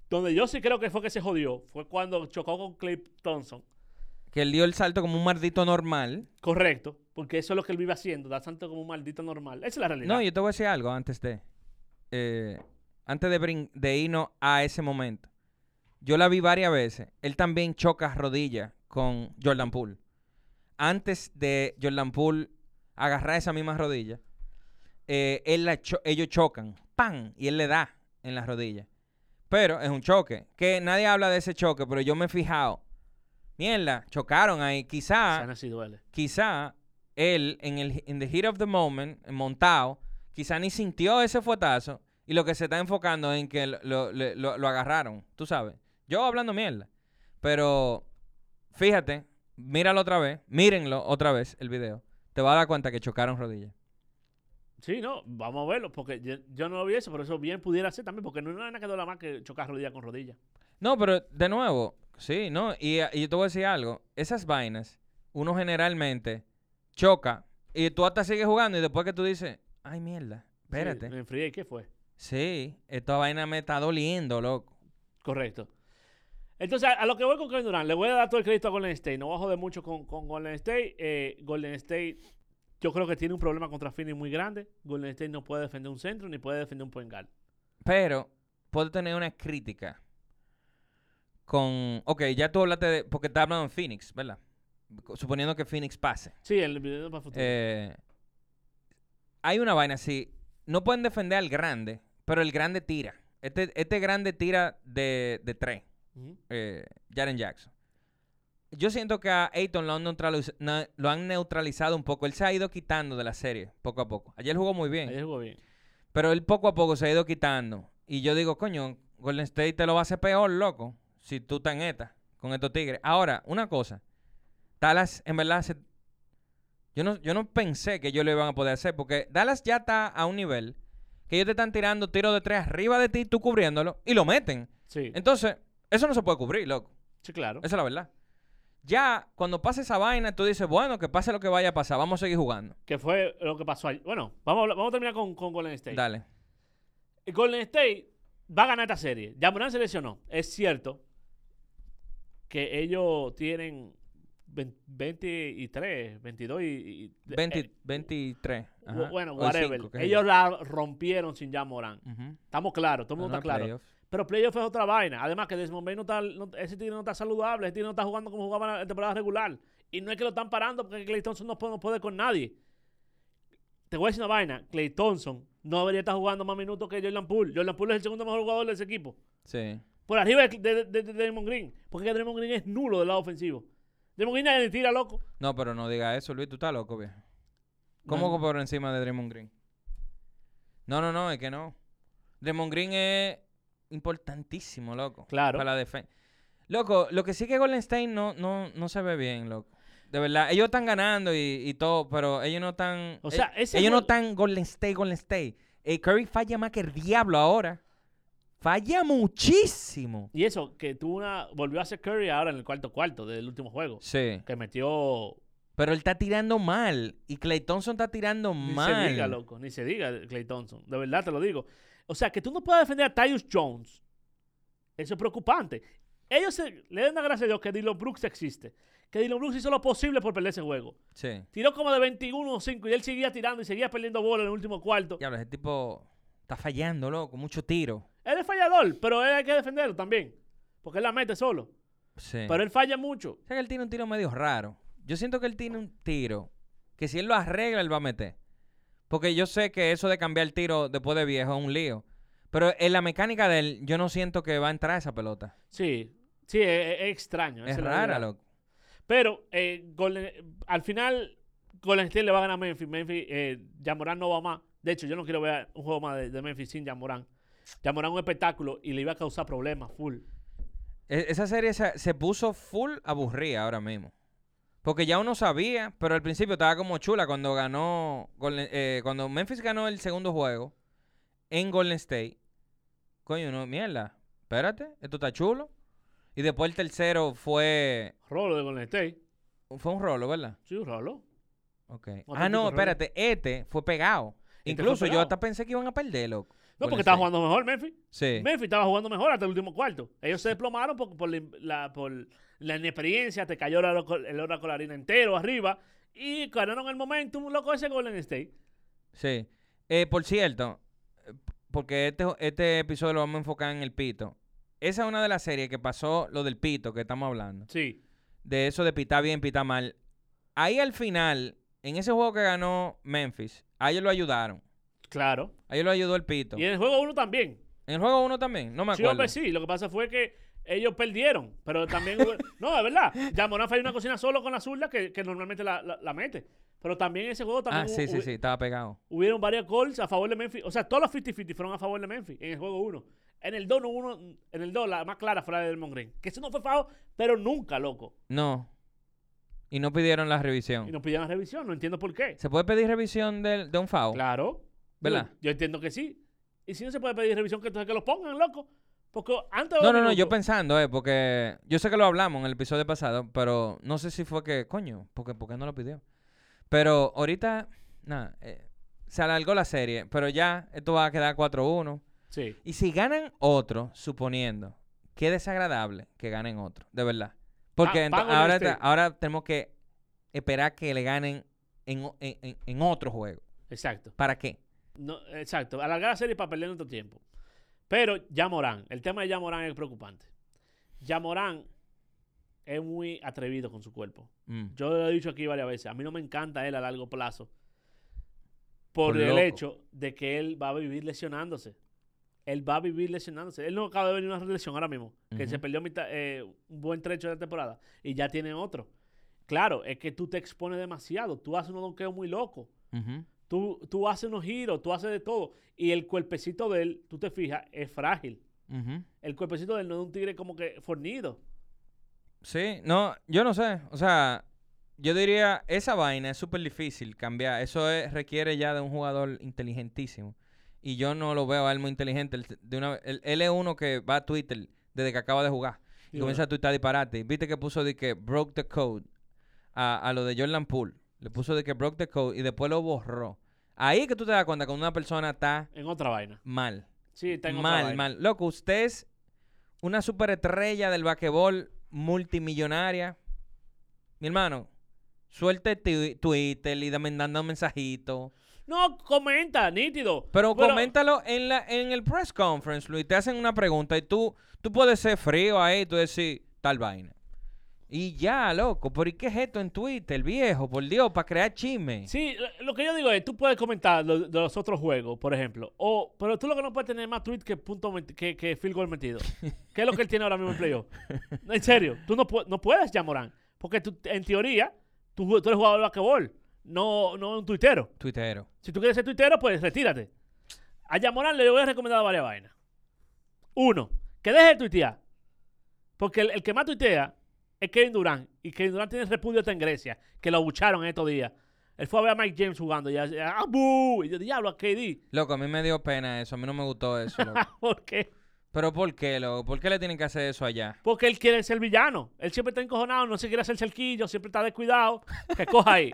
[SPEAKER 3] donde yo sí creo que fue que se jodió, fue cuando chocó con Clay Thompson.
[SPEAKER 1] Que él dio el salto como un maldito normal.
[SPEAKER 3] Correcto, porque eso es lo que él vive haciendo, da tanto como un maldito normal. Esa es la realidad.
[SPEAKER 1] No, yo te voy a decir algo antes de. eh, antes de, brin- de irnos a ese momento. Yo la vi varias veces. Él también choca rodillas con Jordan Poole. Antes de Jordan Poole agarrar esa misma rodilla, eh, él la cho- ellos chocan. ¡Pam! Y él le da en las rodillas. Pero es un choque. Que nadie habla de ese choque, pero yo me he fijado. Mierda, chocaron ahí. Quizá
[SPEAKER 3] Sana sí duele.
[SPEAKER 1] quizá él en el in the heat of the moment, en montado, quizá ni sintió ese fuetazo y lo que se está enfocando es en que lo, lo- le- lo- lo agarraron, tú sabes. Yo hablando mierda. Pero fíjate, míralo otra vez, mírenlo otra vez el video. Te vas a dar cuenta que chocaron rodillas.
[SPEAKER 3] Sí, no, vamos a verlo, porque yo, yo no lo vi eso, pero eso bien pudiera ser también, porque no hay nada que duela más que chocar rodilla con rodilla.
[SPEAKER 1] No, pero de nuevo, sí, ¿no? Y, y yo te voy a decir algo. Esas vainas, uno generalmente choca y tú hasta sigues jugando y después que tú dices, ay mierda, espérate.
[SPEAKER 3] Sí, me enfrié, ¿y ¿qué fue?
[SPEAKER 1] Sí, esta vaina me está doliendo, loco.
[SPEAKER 3] Correcto. Entonces, a, a lo que voy con Kevin Durant, le voy a dar todo el crédito a Golden State. No voy a joder mucho con, con Golden State. Eh, Golden State, yo creo que tiene un problema contra Phoenix muy grande. Golden State no puede defender un centro ni puede defender un point guard.
[SPEAKER 1] Pero puedo tener una crítica con... Ok, ya tú hablaste de... Porque te hablando en Phoenix, ¿verdad? Suponiendo que Phoenix pase.
[SPEAKER 3] Sí, el video para el futuro.
[SPEAKER 1] Eh, hay una vaina así. No pueden defender al grande, pero el grande tira. Este, este grande tira de, de tres.
[SPEAKER 3] Ujú.
[SPEAKER 1] eh, Jaren Jackson. Yo siento que a Ayton lo han, neutraliz- na- lo han neutralizado un poco. Él se ha ido quitando de la serie poco a poco. Ayer jugó muy bien.
[SPEAKER 3] Ayer jugó bien.
[SPEAKER 1] Pero él poco a poco se ha ido quitando. Y yo digo, coño, Golden State te lo va a hacer peor, loco, si tú estás en esta, con estos tigres. Ahora, una cosa. Dallas, en verdad, se- yo, no, yo no pensé que ellos lo iban a poder hacer, porque Dallas ya está a un nivel que ellos te están tirando tiro de tres arriba de ti, tú cubriéndolo, y lo meten.
[SPEAKER 3] Sí,
[SPEAKER 1] Entonces, eso no se puede cubrir, loco.
[SPEAKER 3] sí, claro.
[SPEAKER 1] Esa es la verdad. Ya, cuando pase esa vaina, tú dices, bueno, que pase lo que vaya a pasar, vamos a seguir jugando.
[SPEAKER 3] Que fue lo que pasó ayer. Bueno, vamos a, hablar- vamos a terminar con, con Golden State.
[SPEAKER 1] Dale.
[SPEAKER 3] El Golden State va a ganar esta serie. Ya Morán se lesionó, es cierto. que ellos tienen vein- 23, 22 y... y-
[SPEAKER 1] 20
[SPEAKER 3] eh,
[SPEAKER 1] 23.
[SPEAKER 3] bu-
[SPEAKER 1] ajá,
[SPEAKER 3] bueno,
[SPEAKER 1] o
[SPEAKER 3] whatever.
[SPEAKER 1] 5, qué sé yo.
[SPEAKER 3] ellos la rompieron sin ya Morán.
[SPEAKER 1] Ujú.
[SPEAKER 3] Estamos claros, todo el
[SPEAKER 1] Van
[SPEAKER 3] mundo
[SPEAKER 1] a
[SPEAKER 3] está claro.
[SPEAKER 1] playoff.
[SPEAKER 3] Pero playoff es otra vaina. Además que Desmond Bane no está, no- ese tío no está saludable, ese tío no está jugando como jugaba en la temporada regular. Y no es que lo están parando porque Clay Thompson no puede, no puede con nadie. Te voy a decir una vaina. Clay Thompson no debería estar jugando más minutos que Jordan Poole. Jordan Poole es el segundo mejor jugador de ese equipo.
[SPEAKER 1] Sí.
[SPEAKER 3] Por arriba de, de, de- de Draymond Green. Porque Draymond Green es nulo del lado ofensivo. Draymond Green nadie le tira, loco.
[SPEAKER 1] No, pero no diga eso, Luis. Tú estás loco, viejo. ¿Cómo
[SPEAKER 3] No.
[SPEAKER 1] que por encima de Draymond Green? No, no, no, es que no. Draymond Green es importantísimo, loco.
[SPEAKER 3] Claro.
[SPEAKER 1] Para la defensa. Loco, lo que sí que Golden State no, no, no se ve bien, loco. De verdad, ellos están ganando y, y todo, pero ellos no están.
[SPEAKER 3] O
[SPEAKER 1] eh,
[SPEAKER 3] sea, ese
[SPEAKER 1] ellos no
[SPEAKER 3] gol-
[SPEAKER 1] están Golden State, Golden State. Eh, Curry falla más que el diablo ahora. Falla muchísimo.
[SPEAKER 3] Y eso, que tuvo una. Volvió a hacer Curry ahora en el cuarto cuarto del último juego.
[SPEAKER 1] Sí.
[SPEAKER 3] Que metió
[SPEAKER 1] Pero él está tirando mal. Y Clay Thompson está tirando
[SPEAKER 3] Ni
[SPEAKER 1] mal.
[SPEAKER 3] se diga, loco. Ni se diga, Clay Thompson. De verdad te lo digo. O sea, que tú no puedas defender a Tyus Jones. Eso es preocupante. Ellos se- le dan la gracia a Dios que Dylan Brooks existe. Que Dylan Brooks hizo lo posible por perder ese juego.
[SPEAKER 1] Sí.
[SPEAKER 3] Tiró como de 21 o 5 y él seguía tirando y seguía perdiendo bola en el último cuarto.
[SPEAKER 1] Diablo, ese tipo está fallando, loco. Mucho tiro.
[SPEAKER 3] Él es fallador, pero él hay que defenderlo también. Porque él la mete solo.
[SPEAKER 1] Sí.
[SPEAKER 3] Pero él falla mucho.
[SPEAKER 1] O sea que él tiene un tiro medio raro. Yo siento que él tiene un tiro que si él lo arregla, él va a meter. Porque yo sé que eso de cambiar el tiro después de viejo es un lío. Pero en la mecánica de él, yo no siento que va a entrar esa pelota.
[SPEAKER 3] Sí, sí, es, es extraño.
[SPEAKER 1] Es
[SPEAKER 3] esa la
[SPEAKER 1] rara,
[SPEAKER 3] verdad.
[SPEAKER 1] loco.
[SPEAKER 3] Pero eh, Golden- al final, Golden State le va a ganar a Memphis. Memphis eh, Morán no va más. De hecho, yo no quiero ver un juego más de, de Memphis sin Yamorán. Yamorán es un espectáculo y le iba a causar problemas, full.
[SPEAKER 1] E- Esa serie se, se puso full aburrida ahora mismo. Porque ya uno sabía, pero al principio estaba como chula cuando ganó. Golden- eh, cuando Memphis ganó el segundo juego en Golden State. Coño, no, mierda. Espérate, esto está chulo. Y después el tercero fue.
[SPEAKER 3] Rolo de Golden State.
[SPEAKER 1] Fue un rolo, ¿verdad?
[SPEAKER 3] Sí, Rolo.
[SPEAKER 1] Ok.
[SPEAKER 3] Otro
[SPEAKER 1] Ah, no,
[SPEAKER 3] tipo de rolo.
[SPEAKER 1] espérate. Este fue pegado.
[SPEAKER 3] Este fue
[SPEAKER 1] Incluso yo
[SPEAKER 3] pegado.
[SPEAKER 1] hasta pensé que iban a perder, loco.
[SPEAKER 3] No,
[SPEAKER 1] Golden
[SPEAKER 3] porque estaba
[SPEAKER 1] State.
[SPEAKER 3] jugando mejor Memphis.
[SPEAKER 1] Sí.
[SPEAKER 3] Memphis estaba jugando mejor hasta el último cuarto. Ellos se desplomaron por, por la, in- la- por la inexperiencia. Te cayó el oro- el oro colarina entero arriba. Y ganaron el momentum, loco, ese Golden State.
[SPEAKER 1] Sí. Eh, por cierto, eh, p- porque este, este episodio lo vamos a enfocar en el pito. Esa es una de las series que pasó lo del pito que estamos hablando.
[SPEAKER 3] Sí.
[SPEAKER 1] De eso de pitar bien, pitar mal. Ahí al final, en ese juego que ganó Memphis, a ellos lo ayudaron.
[SPEAKER 3] Claro.
[SPEAKER 1] A ellos lo ayudó el pito.
[SPEAKER 3] Y en el juego uno también.
[SPEAKER 1] En el juego uno también, no me
[SPEAKER 3] Sí, hombre,
[SPEAKER 1] acuerdo.
[SPEAKER 3] sí. Lo que pasa fue que ellos perdieron, pero también hubo- No, de verdad. Ya Morán falló una cocina solo con la zurda que, que normalmente la, la- la mete. Pero también en ese juego
[SPEAKER 1] ah,
[SPEAKER 3] también hubo-
[SPEAKER 1] sí, sí,
[SPEAKER 3] hubi-
[SPEAKER 1] sí, estaba pegado.
[SPEAKER 3] hubieron varios goals a favor de Memphis. O sea, todos los 50-50 fueron a favor de Memphis en el juego 1. En el 2, no hubo uno, en el 2, la más clara fue la de Draymond Green. Que eso no fue FAO, pero nunca, loco.
[SPEAKER 1] No. Y no pidieron la revisión.
[SPEAKER 3] Y nos pidieron la revisión, no entiendo por qué.
[SPEAKER 1] ¿Se puede pedir revisión del- de, un foul?
[SPEAKER 3] Claro.
[SPEAKER 1] Oh. ¿Verdad?
[SPEAKER 3] Yo, yo entiendo que sí. Y si no se puede pedir revisión, que entonces que lo pongan, loco. Porque antes de
[SPEAKER 1] No, no,
[SPEAKER 3] los
[SPEAKER 1] no, yo
[SPEAKER 3] minutos-
[SPEAKER 1] pensando, eh, porque yo sé que lo hablamos en el episodio pasado, pero no sé si fue que, coño, porque, porque no lo pidió. Pero ahorita, nada, eh, se alargó la serie, pero ya esto va a quedar 4-1.
[SPEAKER 3] Sí.
[SPEAKER 1] Y si ganan otro, suponiendo, qué desagradable que ganen otro, de verdad. Porque
[SPEAKER 3] Ah,
[SPEAKER 1] ento-
[SPEAKER 3] pago
[SPEAKER 1] ahora,
[SPEAKER 3] este.
[SPEAKER 1] te- ahora tenemos que esperar que le ganen en, o- en- en- en otro juego.
[SPEAKER 3] Exacto.
[SPEAKER 1] ¿Para qué?
[SPEAKER 3] No, exacto, alargar la serie para perder nuestro tiempo. Pero ya Morán, el tema de ya Morán es preocupante. Ya Morán es muy atrevido con su cuerpo.
[SPEAKER 1] Mm.
[SPEAKER 3] Yo lo he dicho aquí varias veces, a mí no me encanta él a largo plazo por,
[SPEAKER 1] Por
[SPEAKER 3] el
[SPEAKER 1] loco.
[SPEAKER 3] hecho de que él va a vivir lesionándose. Él va a vivir lesionándose. Él no acaba de venir una lesión ahora mismo, que
[SPEAKER 1] Ujú.
[SPEAKER 3] se perdió mitad- eh, un buen trecho de la temporada y ya tiene otro. Claro, es que tú te expones demasiado, tú haces unos donqueos muy locos.
[SPEAKER 1] Ujú.
[SPEAKER 3] Tú, tú haces unos giros, tú haces de todo. Y el cuerpecito de él, tú te fijas, es frágil.
[SPEAKER 1] Ujú.
[SPEAKER 3] El cuerpecito de él no es un tigre como que fornido.
[SPEAKER 1] Sí, no, yo no sé. O sea, yo diría, esa vaina es súper difícil cambiar. Eso es- requiere ya de un jugador inteligentísimo. Y yo no lo veo a él muy inteligente. Él, de una, él, él es uno que va a Twitter desde que acaba de jugar. Y
[SPEAKER 3] Digo,
[SPEAKER 1] comienza a tuitar disparate. Viste que puso de que broke the code a, a lo de Jordan Poole. Le puso de que broke the code y después lo borró. Ahí es que tú te das cuenta cuando una persona está
[SPEAKER 3] En otra vaina.
[SPEAKER 1] mal
[SPEAKER 3] Sí, está en otra
[SPEAKER 1] mal,
[SPEAKER 3] vaina.
[SPEAKER 1] mal. Loco, usted es una superestrella del vaquebol multimillonaria. Mi hermano, suelte tu- Twitter y dame mandando mensajitos.
[SPEAKER 3] No, comenta, nítido.
[SPEAKER 1] Pero coméntalo en, la, en el press conference, Luis. Te hacen una pregunta y tú, tú puedes ser frío ahí, tú decís tal vaina. Y ya, loco. ¿Por qué es esto en Twitter, viejo? Por Dios, para crear chisme.
[SPEAKER 3] Sí, lo- lo que yo digo es, tú puedes comentar lo- de los otros juegos, por ejemplo. O, pero tú lo que no puedes tener más tweets que punto meti- que, que field goal metido. ¿Qué es lo que él tiene ahora mismo en playoff? No, En serio, tú no, pu- no puedes, ya Morán. Porque tú, en teoría, tú, ju- tú eres jugador de basquetbol, no, no un tuitero.
[SPEAKER 1] Twittero.
[SPEAKER 3] Si tú quieres ser tuitero, pues retírate. A Yamoran le voy a recomendar varias vainas. Uno, que deje de tuitear. Porque el, el que más tuitea es Kevin Durant. Y Kevin Durant tiene repudio hasta en Grecia, que lo abucharon en estos días. Él fue a ver a Mike James jugando y hace, "Ah, bu". Y yo, diablo, a KD.
[SPEAKER 1] Loco, a mí me dio pena eso. A mí no me gustó eso, loco.
[SPEAKER 3] ¿Por qué?
[SPEAKER 1] Pero ¿por qué, loco? ¿Por qué le tienen que hacer eso allá?
[SPEAKER 3] Porque él quiere ser villano. Él siempre está encojonado, no se quiere hacer cerquillo, siempre está descuidado. Que coja ahí.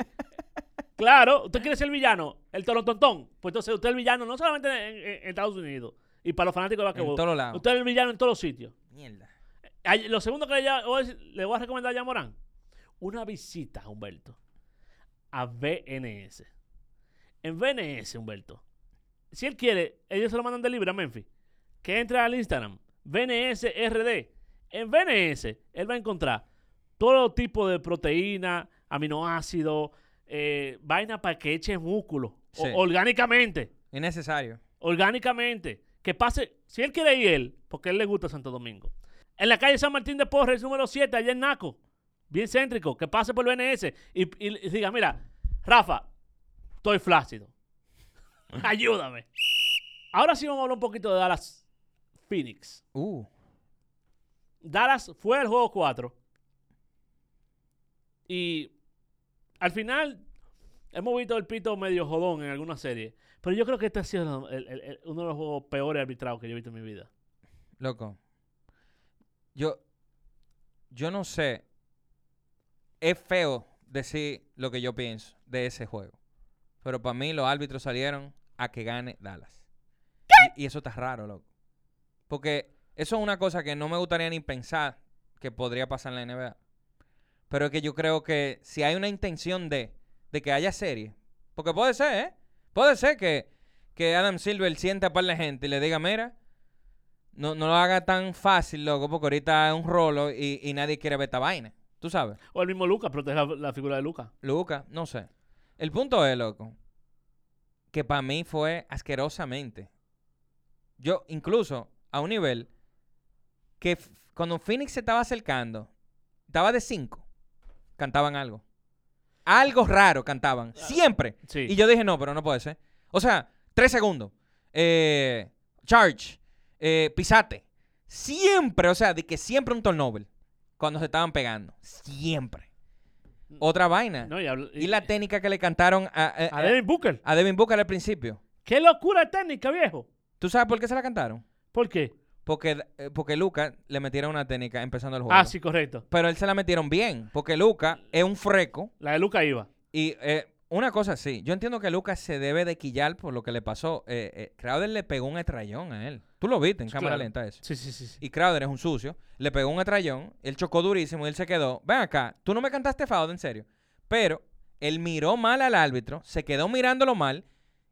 [SPEAKER 3] claro, usted quiere ser villano, el torotontón. Pues entonces usted es el villano no solamente en, en- en Estados Unidos y para los fanáticos de
[SPEAKER 1] En
[SPEAKER 3] basquetbol.
[SPEAKER 1] todos lados.
[SPEAKER 3] Usted es el villano en todos los sitios.
[SPEAKER 1] Mierda.
[SPEAKER 3] Ay, Lo segundo que le, ya- voy a decir- le voy a recomendar a Yamorán, una visita, Humberto, a BNS. En BNS, Humberto, si él quiere, ellos se lo mandan de libre a Memphis. Que entre al Instagram, BNSRD. En BNS, él va a encontrar todo tipo de proteína, aminoácidos, eh, vaina para que eche músculo, o-
[SPEAKER 1] Sí.
[SPEAKER 3] orgánicamente
[SPEAKER 1] Innecesario.
[SPEAKER 3] orgánicamente. Que pase, si él quiere ir él, porque a él le gusta Santo Domingo. En la calle San Martín de Porres, número 7, allá en Naco. Bien céntrico, que pase por el BNS y, y- y diga, mira, Rafa, estoy flácido. Ayúdame. Ahora sí vamos a hablar un poquito de Dallas Phoenix.
[SPEAKER 1] Uh.
[SPEAKER 3] Dallas fue al juego 4. Y al final hemos visto el pito medio jodón en algunas series. Pero yo creo que este ha sido el- el- el- uno de los juegos peores arbitrados que yo he visto en mi vida.
[SPEAKER 1] Loco. Yo. Yo no sé. Es feo decir lo que yo pienso de ese juego. Pero para mí los árbitros salieron a que gane Dallas. Y, y eso está raro, loco. Porque eso es una cosa que no me gustaría ni pensar que podría pasar en la NBA. Pero es que yo creo que si hay una intención de, de que haya serie. Porque puede ser, ¿eh? Puede ser que, que Adam Silver sienta a par de gente y le diga, mira, no, no lo haga tan fácil, loco, porque ahorita es un rolo y, y nadie quiere ver esta vaina. Tú sabes.
[SPEAKER 3] O el mismo Lucas, protege la, la figura de Lucas.
[SPEAKER 1] Luca, no sé. El punto es, loco, que para mí fue asquerosamente. Yo, incluso, a un nivel que f- cuando Phoenix se estaba acercando, estaba de 5, cantaban algo. Algo raro cantaban. Siempre.
[SPEAKER 3] Sí.
[SPEAKER 1] Y yo dije, no, pero no puede ser. O sea, tres segundos. Eh, charge. Eh, pisate. Siempre, o sea, de que siempre un turnover. Cuando se estaban pegando. Siempre. Otra vaina.
[SPEAKER 3] No, y habl-
[SPEAKER 1] y, la técnica que le cantaron a, a-
[SPEAKER 3] a Devin Booker.
[SPEAKER 1] a Devin Booker al principio.
[SPEAKER 3] ¡Qué locura técnica, viejo!
[SPEAKER 1] ¿Tú sabes por qué se la cantaron?
[SPEAKER 3] ¿Por qué?
[SPEAKER 1] Porque, eh, porque Luca le metieron una técnica empezando el juego.
[SPEAKER 3] Ah, sí, correcto.
[SPEAKER 1] Pero él se la metieron bien. Porque Luca es un freco.
[SPEAKER 3] La de Lucas iba.
[SPEAKER 1] Y eh, una cosa sí, yo entiendo que Lucas se debe de quillar por lo que le pasó. Eh, eh, Crowder le pegó un estrellón a él. Tú lo viste en
[SPEAKER 3] Sí,
[SPEAKER 1] cámara
[SPEAKER 3] claro.
[SPEAKER 1] lenta eso.
[SPEAKER 3] Sí, sí, sí. sí.
[SPEAKER 1] Y Crowder es un sucio. Le pegó un estrellón, él chocó durísimo y él se quedó. Ven acá, tú no me cantaste Faud, en serio. Pero él miró mal al árbitro, se quedó mirándolo mal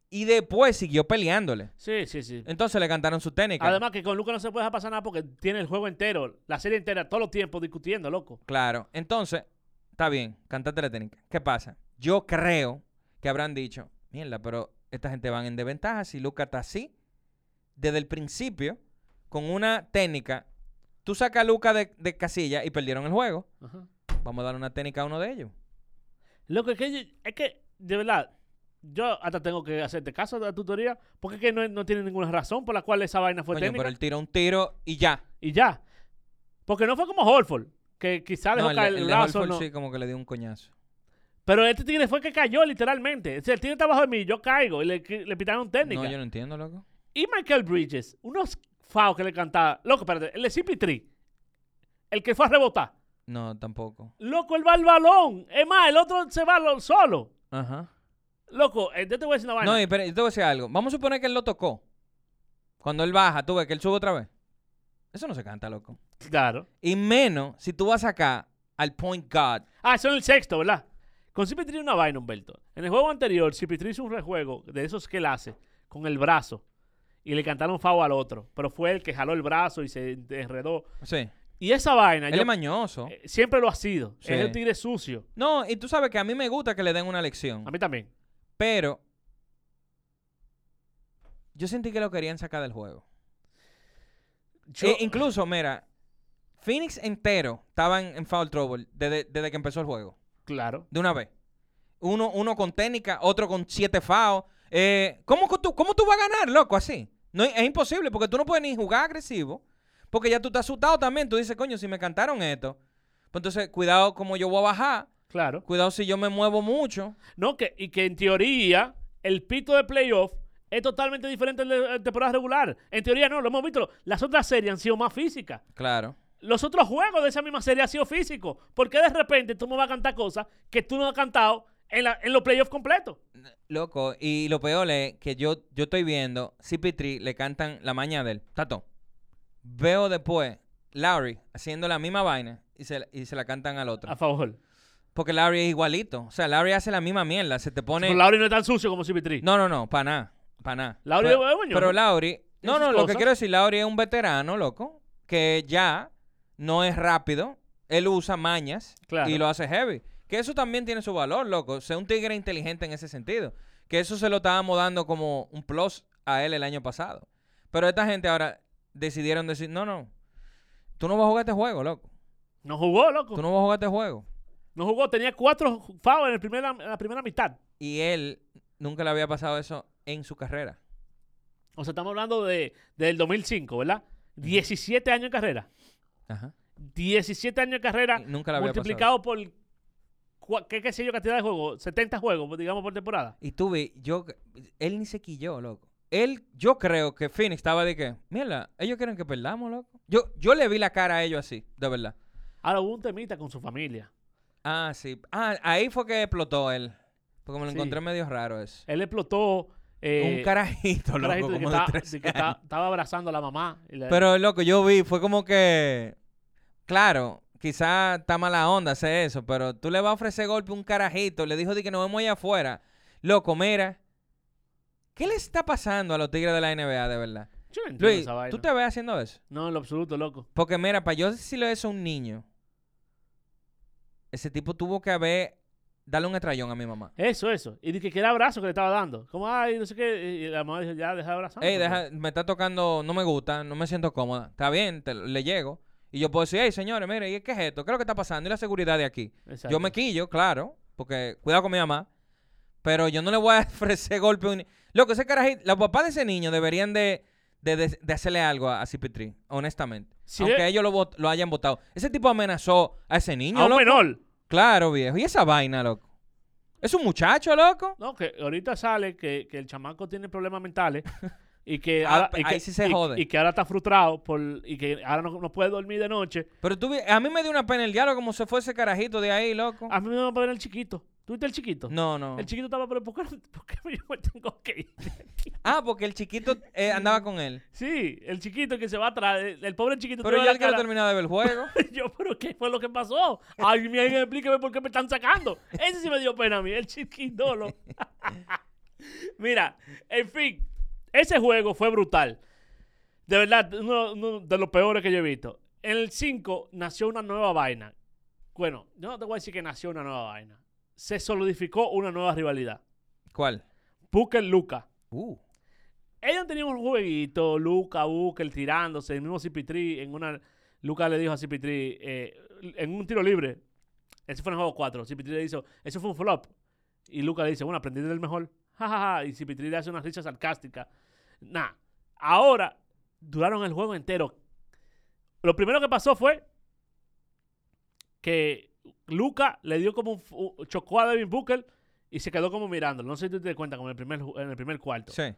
[SPEAKER 1] y después siguió peleándole.
[SPEAKER 3] Sí, sí, sí.
[SPEAKER 1] Entonces le cantaron su técnica.
[SPEAKER 3] Además que con Lucas no se puede dejar pasar nada porque tiene el juego entero, la serie entera, todos los tiempos discutiendo, loco.
[SPEAKER 1] Claro, entonces, está bien, cantate la técnica. ¿Qué pasa? Yo creo que habrán dicho, mierda, pero esta gente van en desventaja si Luca está así. Desde el principio, con una técnica, tú sacas a Luca de, de casilla y perdieron el juego.
[SPEAKER 3] Ajá.
[SPEAKER 1] Vamos a dar una técnica a uno de ellos.
[SPEAKER 3] Lo que es que, yo- es que, de verdad, yo hasta tengo que hacerte caso de la tutoría, porque es que no, no tiene ninguna razón por la cual esa vaina fue
[SPEAKER 1] Coño,
[SPEAKER 3] técnica
[SPEAKER 1] pero él tiró un tiro y ya.
[SPEAKER 3] y ya. Porque no fue como Holford, que quizá Ah, dejó
[SPEAKER 1] No, el, de-
[SPEAKER 3] caer el,
[SPEAKER 1] el de
[SPEAKER 3] brazo.
[SPEAKER 1] Holford
[SPEAKER 3] no.
[SPEAKER 1] sí como que le dio un coñazo.
[SPEAKER 3] Pero este tigre fue que cayó literalmente. O sea, el tigre está abajo de mí, yo caigo y le, le pitaron técnica.
[SPEAKER 1] No, yo no entiendo, loco.
[SPEAKER 3] Y Michael Bridges, unos faos que le cantaba. Loco, espérate, el de CP3, el que fue a rebotar.
[SPEAKER 1] No, tampoco.
[SPEAKER 3] Loco, él va al balón. Es más, el otro se va al- solo.
[SPEAKER 1] Ajá.
[SPEAKER 3] Loco, eh, yo te voy a decir una vaina.
[SPEAKER 1] No, y espera, yo te voy a decir algo. Vamos a suponer que él lo tocó. Cuando él baja, tú ves que él sube otra vez. Eso no se canta, loco.
[SPEAKER 3] Claro.
[SPEAKER 1] Y menos si tú vas acá al point guard.
[SPEAKER 3] Ah, eso en el sexto, ¿verdad? Con Cipitri una vaina, Humberto. En el juego anterior, Cipitri hizo un rejuego de esos que él hace con el brazo y le cantaron fao al otro. Pero fue el que jaló el brazo y se enredó.
[SPEAKER 1] Sí.
[SPEAKER 3] Y esa vaina,
[SPEAKER 1] Él
[SPEAKER 3] yo-
[SPEAKER 1] es mañoso.
[SPEAKER 3] eh, siempre lo ha sido.
[SPEAKER 1] Sí.
[SPEAKER 3] Es el tigre sucio.
[SPEAKER 1] No, y tú sabes que a mí me gusta que le den una lección.
[SPEAKER 3] A mí también.
[SPEAKER 1] Pero yo sentí que lo querían sacar del juego.
[SPEAKER 3] Yo-
[SPEAKER 1] E incluso, mira, Phoenix entero estaba en, en foul trouble desde, desde que empezó el juego.
[SPEAKER 3] claro.
[SPEAKER 1] De una vez. Uno, uno con técnica, otro con siete fao. ¿cómo, que tú, ¿Cómo tú vas a ganar, loco, así? No, es imposible porque tú no puedes ni jugar agresivo. Porque ya tú estás asustado también. Tú dices, coño, si me cantaron esto. Pues entonces, cuidado como yo voy a bajar.
[SPEAKER 3] Claro.
[SPEAKER 1] Cuidado si yo me muevo mucho.
[SPEAKER 3] No, que, y que en teoría el pito de playoff es totalmente diferente al de al temporada regular. En teoría no, lo hemos visto. Las otras series han sido más físicas.
[SPEAKER 1] Claro.
[SPEAKER 3] Los otros juegos de esa misma serie han sido físicos. ¿Por qué de repente tú me vas a cantar cosas que tú no has cantado en, la- en los playoffs completos?
[SPEAKER 1] Loco, y lo peor es que yo, yo estoy viendo, CP3 le cantan la maña de él, Tato. Veo después Larry haciendo la misma vaina y se, y se la cantan al otro.
[SPEAKER 3] A favor.
[SPEAKER 1] Porque Larry es igualito. O sea, Larry hace la misma mierda. Se te pone.
[SPEAKER 3] Pero Lauri no es tan sucio como CP3.
[SPEAKER 1] No, no, no, para nada. Para nada.
[SPEAKER 3] Lauri
[SPEAKER 1] pero,
[SPEAKER 3] es bueno,
[SPEAKER 1] pero
[SPEAKER 3] ¿no?
[SPEAKER 1] Lauri. No,
[SPEAKER 3] sus
[SPEAKER 1] no, lo que
[SPEAKER 3] cosas.
[SPEAKER 1] quiero decir, Lauri es un veterano, loco. Que ya no es rápido. Él usa mañas
[SPEAKER 3] Claro.
[SPEAKER 1] y lo hace heavy. Que eso también tiene su valor, loco. Sea un tigre inteligente en ese sentido. Que eso se lo estábamos dando como un plus a él el año pasado. Pero esta gente ahora decidieron decir, no, no. Tú no vas a jugar este juego, loco.
[SPEAKER 3] No jugó, loco.
[SPEAKER 1] Tú
[SPEAKER 3] No...
[SPEAKER 1] no vas a jugar este juego.
[SPEAKER 3] jugó. Tenía cuatro fouls en, el primer- en la primera mitad.
[SPEAKER 1] Y él nunca le había pasado eso en su carrera.
[SPEAKER 3] O sea, estamos hablando de, del 2005, ¿verdad? 17 años en carrera.
[SPEAKER 1] Ajá.
[SPEAKER 3] 17 años de carrera
[SPEAKER 1] Y nunca la había
[SPEAKER 3] multiplicado por cua- qué, qué sé yo cantidad de juegos, 70 juegos, digamos, por temporada.
[SPEAKER 1] Y tú vi, yo, él ni se quilló, loco. Él, yo creo que Phoenix estaba de que, mierda, ellos quieren que perdamos, loco. Yo, yo le vi la cara a ellos así, de verdad.
[SPEAKER 3] Ahora hubo un temita con su familia.
[SPEAKER 1] Ah, sí. Ah, ahí fue que explotó él. Porque me lo
[SPEAKER 3] Sí.
[SPEAKER 1] encontré medio raro eso.
[SPEAKER 3] Él explotó eh,
[SPEAKER 1] un carajito,
[SPEAKER 3] un
[SPEAKER 1] loco,
[SPEAKER 3] carajito de que
[SPEAKER 1] como de
[SPEAKER 3] estaba-
[SPEAKER 1] 13
[SPEAKER 3] de que
[SPEAKER 1] años.
[SPEAKER 3] estaba- estaba abrazando a la mamá. y la-
[SPEAKER 1] Pero loco, yo vi, fue como que. Claro, quizá está mala onda hacer eso, pero tú le vas a ofrecer golpe a un carajito, le dijo de que nos vemos allá afuera. Loco, mira. ¿Qué le está pasando a los tigres de la NBA de verdad?
[SPEAKER 3] yo no entiendo
[SPEAKER 1] Luis,
[SPEAKER 3] esa vaina.
[SPEAKER 1] ¿tú te ves haciendo eso?
[SPEAKER 3] No, en lo absoluto, loco.
[SPEAKER 1] Porque mira, para yo decirle eso a un niño, ese tipo tuvo que haber. Darle un estrellón a mi mamá.
[SPEAKER 3] Eso, eso. Y dije que era abrazo que le estaba dando. Como, ay, no sé qué. Y la mamá dijo, ya, deja de abrazar.
[SPEAKER 1] Ey, deja, me está tocando, no me gusta, no me siento cómoda. Está bien, te- le llego. Y yo puedo decir, hey, señores, mire, ¿y qué es esto? ¿Qué es lo que está pasando? ¿Y la seguridad de aquí? Yo me quillo, claro, porque cuidado con mi mamá. Pero yo no le voy a ofrecer golpe. a un ni- Loco, ese carajito, los papás de ese niño deberían de, de, de- de hacerle algo a, a Cipitri, honestamente.
[SPEAKER 3] Sí,
[SPEAKER 1] Aunque
[SPEAKER 3] eh.
[SPEAKER 1] ellos lo, vot- lo hayan votado. Ese tipo amenazó a ese niño,
[SPEAKER 3] A un
[SPEAKER 1] loco.
[SPEAKER 3] menor.
[SPEAKER 1] Claro, viejo. ¿Y esa vaina, loco? ¿Es un muchacho, loco?
[SPEAKER 3] No, que ahorita sale que, que el chamaco tiene problemas mentales y que,
[SPEAKER 1] Ah,
[SPEAKER 3] ahora,
[SPEAKER 1] pe-
[SPEAKER 3] y que-
[SPEAKER 1] ahí sí se
[SPEAKER 3] y-
[SPEAKER 1] jode.
[SPEAKER 3] y que ahora está frustrado por, y que ahora no, no puede dormir de noche.
[SPEAKER 1] Pero tú, vi- a mí me dio una pena el diálogo como se fue ese carajito de ahí, loco.
[SPEAKER 3] A mí me va a poner el chiquito. ¿Tú viste el chiquito?
[SPEAKER 1] No, no.
[SPEAKER 3] Ah, El chiquito estaba, pero ¿por qué, por qué yo me tengo que ir?
[SPEAKER 1] Ah, porque el chiquito eh, andaba con él.
[SPEAKER 3] Sí, el chiquito que se va atrás, el, el pobre chiquito.
[SPEAKER 1] Pero
[SPEAKER 3] tiene
[SPEAKER 1] yo
[SPEAKER 3] la
[SPEAKER 1] quiero
[SPEAKER 3] cara-
[SPEAKER 1] terminar de ver el juego.
[SPEAKER 3] Yo, pero ¿qué fue lo que pasó? Ay, mi alguien explíqueme por qué me están sacando. Ese sí me dio pena a mí, el chiquindolo. Mira, en fin, ese juego fue brutal. De verdad, uno, uno de los peores que yo he visto. En el 5 nació una nueva vaina. Bueno, yo no te voy a decir que nació una nueva vaina. Se solidificó una nueva rivalidad.
[SPEAKER 1] ¿Cuál?
[SPEAKER 3] Booker Luca.
[SPEAKER 1] Uh.
[SPEAKER 3] Ellos tenían un jueguito, Luca, Booker tirándose, el mismo Cipitri en una... Luca le dijo a Cipitri, eh, en un tiro libre, ese fue en el juego 4, Cipitri le hizo, eso fue un flop. Y Luca le dice, bueno, aprendí del mejor. Ja, ja, ja. Y Cipitri le hace una risa sarcástica. Nah, ahora duraron el juego entero. Lo primero que pasó fue que Luca le dio como un... fu- chocó a Devin Booker y se quedó como mirándolo. No sé si tú te das cuenta, como en el primer, ju- en el primer cuarto.
[SPEAKER 1] Sí.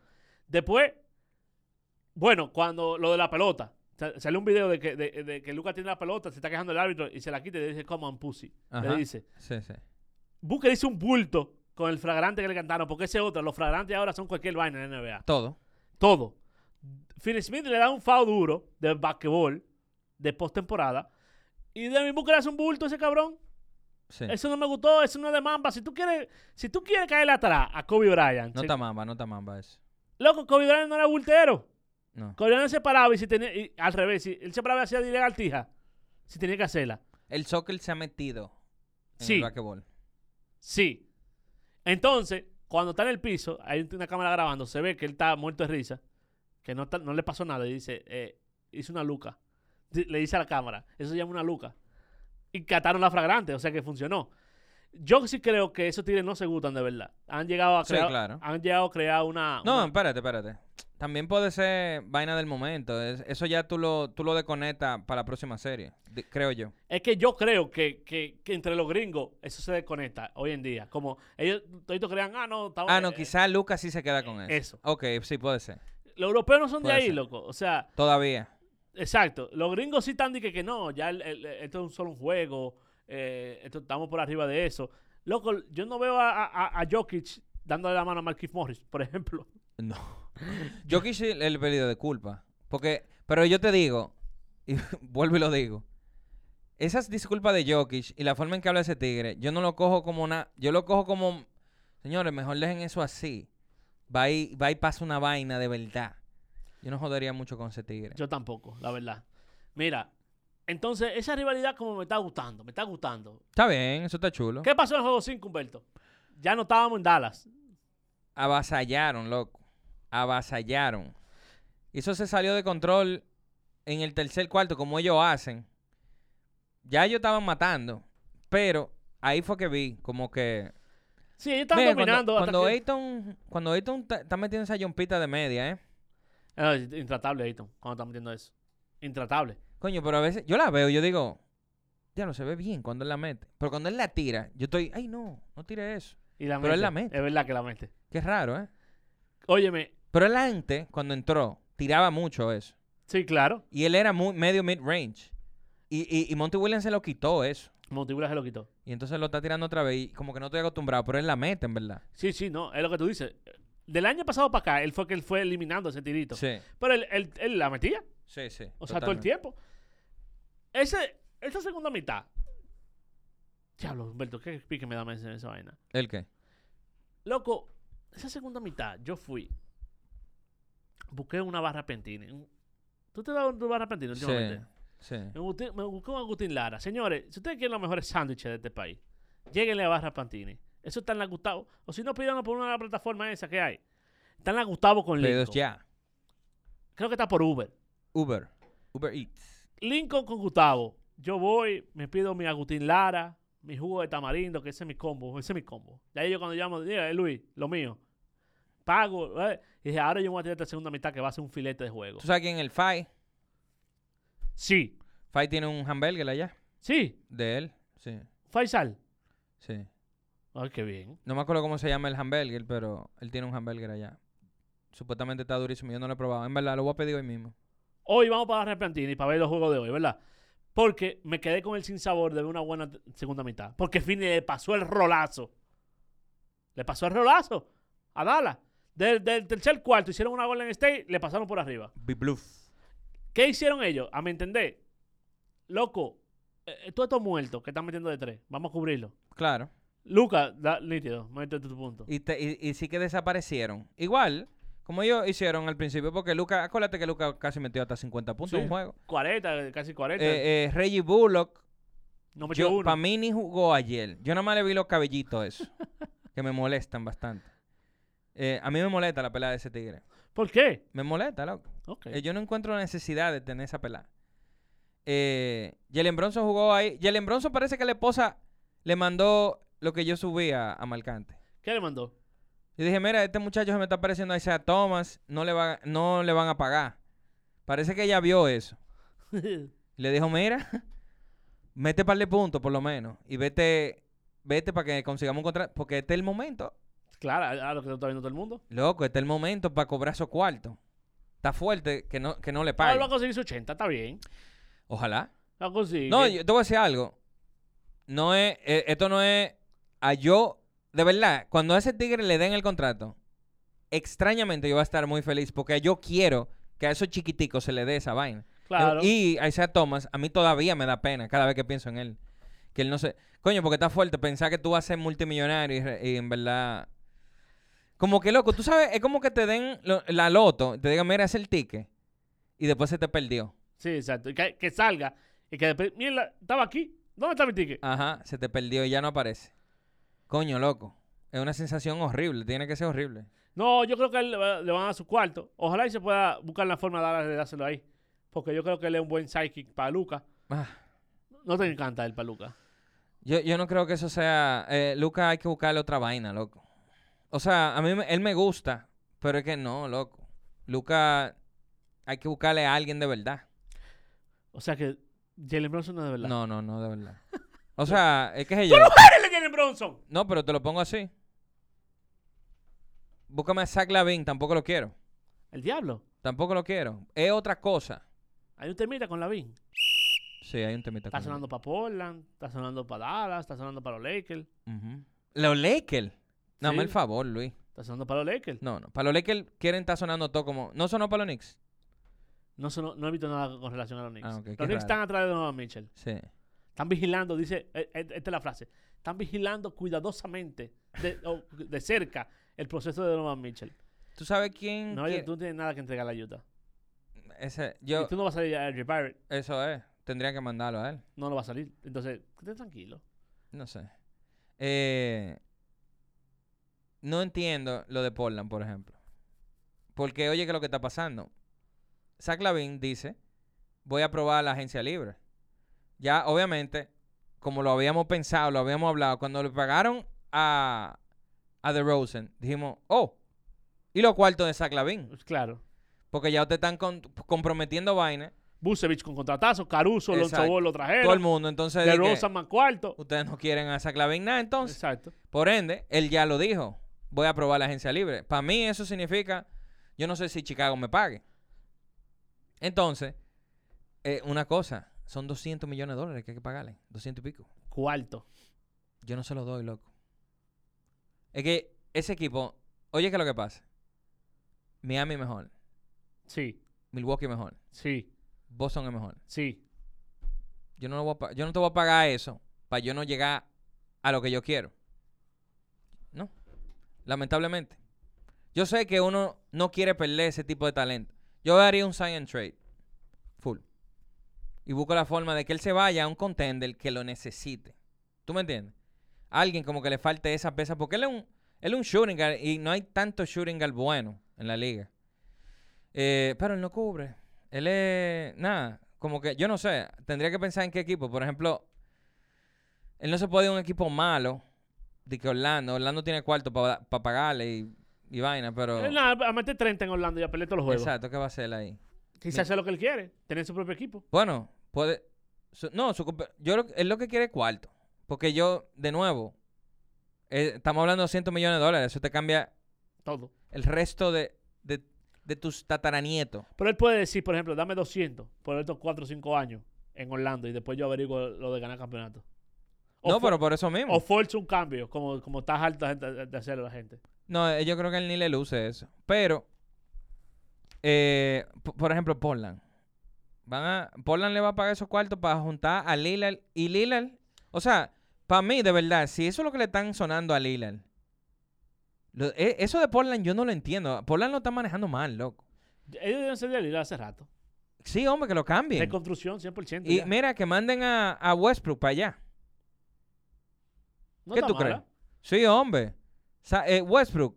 [SPEAKER 3] Después, bueno, cuando lo de la pelota, sa- sale un video de que, de, de que Lucas tiene la pelota, se está quejando el árbitro y se la quita y le dice, come on, pussy.
[SPEAKER 1] Ajá.
[SPEAKER 3] Le dice.
[SPEAKER 1] Sí, sí.
[SPEAKER 3] Booker hizo un bulto con el fragrante que le cantaron, porque ese otro, los fragrantes ahora son cualquier vaina en la NBA.
[SPEAKER 1] Todo.
[SPEAKER 3] Todo. Finney Smith le da un foul duro de basquetbol, de postemporada. Y de mi Booker hace un bulto ese cabrón.
[SPEAKER 1] Sí.
[SPEAKER 3] Eso no me gustó, eso no es de mamba. Si tú quieres, si tú quieres caerle atrás a Kobe Bryant,
[SPEAKER 1] No
[SPEAKER 3] si-
[SPEAKER 1] está mamba, no está mamba eso.
[SPEAKER 3] loco, Kobe Bryant no era bultero.
[SPEAKER 1] No.
[SPEAKER 3] Kobe Bryant se paraba y si tenía, y al revés, si él se paraba y hacía directa altija, si tenía que hacerla.
[SPEAKER 1] El soccer se ha metido en
[SPEAKER 3] Sí.
[SPEAKER 1] el racquetball.
[SPEAKER 3] Sí. Entonces, cuando está en el piso, hay una cámara grabando, se ve que él está muerto de risa, que no, está- no le pasó nada, y dice, eh, hice una luca. Di- Le dice a la cámara, eso se llama una luca. Y cataron la fragrante, o sea que funcionó. Yo sí creo que esos tigres no se gustan de verdad. Han llegado a
[SPEAKER 1] Sí,
[SPEAKER 3] crear,
[SPEAKER 1] claro.
[SPEAKER 3] han llegado a crear una...
[SPEAKER 1] No,
[SPEAKER 3] una-
[SPEAKER 1] espérate, espérate. También puede ser vaina del momento. Es- Eso ya tú lo, tú lo desconectas para la próxima serie, di- creo yo.
[SPEAKER 3] Es que yo creo que, que- que entre los gringos eso se desconecta hoy en día. Como ellos toditos crean, ah, no, estamos...
[SPEAKER 1] Ah, no,
[SPEAKER 3] eh,
[SPEAKER 1] quizás Lucas sí se queda con eso.
[SPEAKER 3] eso.
[SPEAKER 1] Ok, sí, puede ser.
[SPEAKER 3] Los europeos no son de
[SPEAKER 1] Puede
[SPEAKER 3] ahí,
[SPEAKER 1] ser.
[SPEAKER 3] loco. O sea...
[SPEAKER 1] Todavía.
[SPEAKER 3] Exacto. Los gringos sí están de que, que no, ya el- el- esto es un solo un juego, eh, esto- estamos por arriba de eso. Loco, yo no veo a, a, a Jokic dándole la mano a Marquis Morris, por ejemplo.
[SPEAKER 1] No. Yo quise el- el pedido de culpa. Porque, pero yo te digo, y vuelvo y lo digo. Esas disculpas de Jokic y la forma en que habla ese tigre, yo no lo cojo como una. Yo lo cojo como. Señores, mejor dejen eso así. Va y, va y pasa una vaina de verdad. Yo no jodería mucho con ese tigre.
[SPEAKER 3] Yo tampoco, la verdad. Mira, entonces esa rivalidad como me está gustando, me está gustando.
[SPEAKER 1] Está bien, eso está chulo.
[SPEAKER 3] ¿Qué pasó en el juego 5, Humberto? Ya no estábamos en Dallas.
[SPEAKER 1] Avasallaron, loco. Avasallaron. Y Eso se salió de control en el tercer cuarto, como ellos hacen. Ya ellos estaban matando. Pero ahí fue que vi, como que.
[SPEAKER 3] Sí, ellos estaban
[SPEAKER 1] Mira,
[SPEAKER 3] dominando. hasta
[SPEAKER 1] cuando, cuando
[SPEAKER 3] que-
[SPEAKER 1] Ayton, cuando Ayton está está metiendo esa jumpita de media, ¿eh?
[SPEAKER 3] Ah, es intratable, Ayton, cuando están metiendo eso. Intratable.
[SPEAKER 1] Coño, pero a veces. Yo la veo, yo digo. Ya no se ve bien cuando él la mete. Pero cuando él la tira, yo estoy. Ay, no, no tire eso.
[SPEAKER 3] Y la
[SPEAKER 1] Pero él
[SPEAKER 3] mete.
[SPEAKER 1] la mete.
[SPEAKER 3] Es verdad que la mete.
[SPEAKER 1] Qué raro, ¿eh?
[SPEAKER 3] Óyeme,
[SPEAKER 1] Pero él antes, cuando entró, tiraba mucho eso.
[SPEAKER 3] sí, claro.
[SPEAKER 1] Y él era muy, medio mid-range. Y, y, y Monty Williams se lo quitó eso.
[SPEAKER 3] Montibula se lo quitó.
[SPEAKER 1] Y entonces lo está tirando otra vez. Y como que no estoy acostumbrado, pero él la mete, en verdad.
[SPEAKER 3] Sí, sí, no, es lo que tú dices. Del año pasado para acá, él fue que él fue eliminando ese tirito.
[SPEAKER 1] Sí,
[SPEAKER 3] Pero él, él- él la metía,
[SPEAKER 1] sí, sí.
[SPEAKER 3] o sea, todo el
[SPEAKER 1] totalmente.
[SPEAKER 3] tiempo. Ese, esa segunda mitad. Diablo, Humberto, qué pique me da en esa vaina.
[SPEAKER 1] ¿El qué?
[SPEAKER 3] Loco, esa segunda mitad, yo fui. Busqué una barra pentina. ¿Tú te has dado tu barra pentina últimamente?
[SPEAKER 1] Sí, sí.
[SPEAKER 3] Me, busqué, me busqué un Agustín Lara. Señores, si ustedes quieren los mejores sándwiches de este país, lléguenle a Barra Pantini. Eso está en la Gustavo. O si no, pídanlo por una de las plataformas esas que hay. Está en la Gustavo con
[SPEAKER 1] Pedidos
[SPEAKER 3] Lincoln.
[SPEAKER 1] ya.
[SPEAKER 3] Creo que está por Uber.
[SPEAKER 1] Uber. Uber Eats.
[SPEAKER 3] Lincoln con Gustavo. Yo voy, me pido mi Agustín Lara, mi jugo de tamarindo, que ese es mi combo. Ese es mi combo. Ya yo cuando llamo, mira, eh, Luis, lo mío. Pago. eh, Y dije, ahora yo me voy a tirar esta segunda mitad que va a ser un filete de juego.
[SPEAKER 1] ¿Tú sabes quién es el Fai?
[SPEAKER 3] Sí,
[SPEAKER 1] Fai tiene un hamburger allá.
[SPEAKER 3] sí,
[SPEAKER 1] De él. Sí,
[SPEAKER 3] Faisal.
[SPEAKER 1] sí.
[SPEAKER 3] Ay, qué bien.
[SPEAKER 1] No me acuerdo cómo se llama el hamburger, pero él tiene un hamburger allá. Supuestamente está durísimo. Yo no lo he probado. En verdad, lo voy a pedir hoy mismo.
[SPEAKER 3] Hoy vamos para Argentina y para ver los juegos de hoy, ¿verdad? Porque me quedé con el sin sabor de ver una buena t- segunda mitad. Porque Fini le pasó el rolazo. Le pasó el rolazo a Dallas. Del, del tercer cuarto hicieron una Golden State, le pasaron por arriba.
[SPEAKER 1] Bluff.
[SPEAKER 3] ¿Qué hicieron ellos? A mi entender, loco, eh, todos estos muertos que están metiendo de tres, vamos a cubrirlo.
[SPEAKER 1] Claro.
[SPEAKER 3] Lucas, da nítido, mete tu punto.
[SPEAKER 1] Y, te- y- y sí que desaparecieron. Igual, como ellos hicieron al principio, porque Lucas, acuérdate que Lucas casi metió hasta 50 puntos en
[SPEAKER 3] Sí.
[SPEAKER 1] un juego.
[SPEAKER 3] 40, casi 40.
[SPEAKER 1] Eh, eh, Reggie Bullock,
[SPEAKER 3] no metió
[SPEAKER 1] yo,
[SPEAKER 3] uno.
[SPEAKER 1] para mí ni jugó ayer. Yo nada más le vi los cabellitos eso, que me molestan bastante. Eh, a mí me molesta la pelada de ese tigre.
[SPEAKER 3] ¿Por qué?
[SPEAKER 1] Me molesta, loco.
[SPEAKER 3] Ok.
[SPEAKER 1] Eh, yo no encuentro necesidad de tener esa pelada. Eh, Jalen Bronson jugó ahí. Jalen Bronson parece que la esposa le mandó lo que yo subí a, a Marcante.
[SPEAKER 3] ¿Qué le mandó?
[SPEAKER 1] Yo dije, mira, este muchacho se me está pareciendo a Isaiah Thomas, no le, va, no le van a pagar. Parece que ella vio eso. Y le dijo, mira, mete par de puntos por lo menos y vete, vete para que consigamos un contrato, porque este es el momento.
[SPEAKER 3] claro, a- a lo que está viendo todo el mundo.
[SPEAKER 1] Loco, este es el momento para cobrar esos cuartos. Está fuerte que no, que no le
[SPEAKER 3] Ahora
[SPEAKER 1] pague.
[SPEAKER 3] va a conseguir su 80, está bien.
[SPEAKER 1] Ojalá.
[SPEAKER 3] Va a conseguir.
[SPEAKER 1] No, yo te voy a decir algo. No es, eh, esto no es a yo, de verdad, cuando a ese tigre le den el contrato, extrañamente yo voy a estar muy feliz porque yo quiero que a esos chiquiticos se le dé esa vaina.
[SPEAKER 3] Claro.
[SPEAKER 1] Y Isaiah Thomas, a mí todavía me da pena cada vez que pienso en él. Que él no se... Coño, porque está fuerte pensar que tú vas a ser multimillonario y, re- y en verdad... Como que loco, tú sabes, es como que te den lo- la loto, te digan, mira, es el ticket. Y después se te perdió.
[SPEAKER 3] Sí, exacto. Y que, que salga. Y que después, mira, estaba aquí. ¿Dónde está mi ticket?
[SPEAKER 1] Ajá, se te perdió y ya no aparece. Coño, loco. Es una sensación horrible, tiene que ser horrible.
[SPEAKER 3] No, yo creo que a él le, va- le van a dar su cuarto. Ojalá y se pueda buscar la forma de, darle- de dárselo ahí. Porque yo creo que él es un buen psychic para Luca.
[SPEAKER 1] Ah,
[SPEAKER 3] No te encanta el para Luca.
[SPEAKER 1] yo, yo no creo que eso sea... eh, Luca, hay que buscarle otra vaina, loco. O sea, a mí me- él me gusta, pero es que no, loco. Luca, hay que buscarle a alguien de verdad.
[SPEAKER 3] O sea que Jalen Bronson no es de verdad.
[SPEAKER 1] No, no, no, de verdad. O sea, es que es yo.
[SPEAKER 3] ¡Dale, Jalen Bronson!
[SPEAKER 1] No, pero te lo pongo así. Búscame a Zach Lavin, tampoco lo quiero.
[SPEAKER 3] El diablo.
[SPEAKER 1] Tampoco lo quiero. Es otra cosa.
[SPEAKER 3] Hay un temita con Lavín.
[SPEAKER 1] Sí, hay un temita. con
[SPEAKER 3] Está
[SPEAKER 1] él.
[SPEAKER 3] sonando para Portland, está sonando para Dallas, está sonando para los Lakers,
[SPEAKER 1] Ujú. Los Lakers. No,
[SPEAKER 3] Sí.
[SPEAKER 1] me el favor, Luis.
[SPEAKER 3] está sonando para los Lakers.
[SPEAKER 1] No, no. Para los Lakers quieren estar sonando todo como. No sonó para los Knicks.
[SPEAKER 3] No, sonó- no he visto nada con relación a los Knicks.
[SPEAKER 1] Ah, ok, qué
[SPEAKER 3] los Knicks
[SPEAKER 1] raro.
[SPEAKER 3] están atrás de Donovan Mitchell.
[SPEAKER 1] Sí.
[SPEAKER 3] Están vigilando, dice, eh, eh, esta es la frase, están vigilando cuidadosamente, de, o de cerca, el proceso de Donovan Mitchell.
[SPEAKER 1] ¿Tú sabes quién?
[SPEAKER 3] No,
[SPEAKER 1] quiere-
[SPEAKER 3] tú no tienes nada que entregar a Utah.
[SPEAKER 1] Ese,
[SPEAKER 3] y
[SPEAKER 1] yo,
[SPEAKER 3] tú no vas a salir a Jerry Barrett,
[SPEAKER 1] eso es. Tendría que mandarlo a él.
[SPEAKER 3] no lo va a salir. Entonces, esté tranquilo.
[SPEAKER 1] No sé. Eh, no entiendo lo de Portland, por ejemplo. Porque oye que lo que está pasando. Zach Lavin dice, voy a probar la agencia libre. Ya, obviamente, como lo habíamos pensado, lo habíamos hablado, cuando le pagaron a, a DeRozan, dijimos, oh, y los cuartos de Zach Lavin.
[SPEAKER 3] Pues claro.
[SPEAKER 1] Porque ya te están con- comprometiendo vaina,
[SPEAKER 3] Busevich con contratazo, Caruso, Lonzo
[SPEAKER 1] Exacto.
[SPEAKER 3] Ball lo trajeron.
[SPEAKER 1] todo el mundo. Entonces,
[SPEAKER 3] De
[SPEAKER 1] di que,
[SPEAKER 3] Rosa más cuarto.
[SPEAKER 1] ustedes no quieren a Zach Lavin nada, entonces.
[SPEAKER 3] Exacto.
[SPEAKER 1] Por ende, él ya lo dijo. Voy a probar la agencia libre. Para mí eso significa, yo no sé si Chicago me pague. Entonces, eh, una cosa, son 200 millones de dólares que hay que pagarle. 200 y pico.
[SPEAKER 3] Cuarto.
[SPEAKER 1] Yo no se los doy, loco. Es que ese equipo, oye, ¿qué es lo que pasa? Miami mejor,
[SPEAKER 3] Sí,
[SPEAKER 1] Milwaukee mejor,
[SPEAKER 3] sí,
[SPEAKER 1] Boston es mejor.
[SPEAKER 3] sí.
[SPEAKER 1] Yo no, lo voy a pa- yo no te voy a pagar eso para yo no llegar a lo que yo quiero. No. Lamentablemente. Yo sé que uno no quiere perder ese tipo de talento. Yo haría un sign and trade. Full. Y busco la forma de que él se vaya a un contender que lo necesite. ¿Tú me entiendes? Alguien como que le falte esa pesa. Porque él es un, él es un shooting guard y no hay tanto shooting guard bueno en la liga. Eh, pero él no cubre. Él es. Nada. Como que yo no sé. Tendría que pensar en qué equipo. Por ejemplo, él no se puede ir a un equipo malo. De que Orlando. Orlando tiene cuarto para pagarle y, y vaina, pero.
[SPEAKER 3] Eh, Nada, a meter 30 en Orlando y a pelear todos los juegos.
[SPEAKER 1] Exacto, ¿qué va a hacer él ahí?
[SPEAKER 3] Quizás sea lo que él quiere, tener su propio equipo.
[SPEAKER 1] Bueno, puede. su- no, su compa- yo lo, él lo que quiere es cuarto. Porque yo, de nuevo, eh, estamos hablando de 200 millones de dólares. Eso te cambia
[SPEAKER 3] Todo.
[SPEAKER 1] el resto de, de- de tus tataranietos.
[SPEAKER 3] Pero él puede decir, por ejemplo, dame 200 por estos 4 o 5 años en Orlando y después yo averiguo lo de ganar campeonato. O,
[SPEAKER 1] No,
[SPEAKER 3] for-
[SPEAKER 1] pero por eso mismo.
[SPEAKER 3] o force un cambio, como, como estás harta gente de de hacerlo a la gente.
[SPEAKER 1] No, eh, yo creo que él ni le luce eso. Pero, eh, p- por ejemplo, Portland. Van a, Portland le va a pagar esos cuartos para juntar a Lillard. Y Lillard, o sea, para mí, de verdad, si eso es lo que le están sonando a Lillard. lo- e- eso de Portland yo no lo entiendo. Portland lo está manejando mal, loco.
[SPEAKER 3] Ellos deben ser de Lillard hace rato.
[SPEAKER 1] Sí, hombre, que lo cambien.
[SPEAKER 3] Reconstrucción 100%.
[SPEAKER 1] Y
[SPEAKER 3] ya.
[SPEAKER 1] mira, que manden a, a Westbrook para allá.
[SPEAKER 3] No
[SPEAKER 1] ¿Qué
[SPEAKER 3] está
[SPEAKER 1] tú
[SPEAKER 3] mala.
[SPEAKER 1] crees? Sí, hombre. Sa- eh, Westbrook,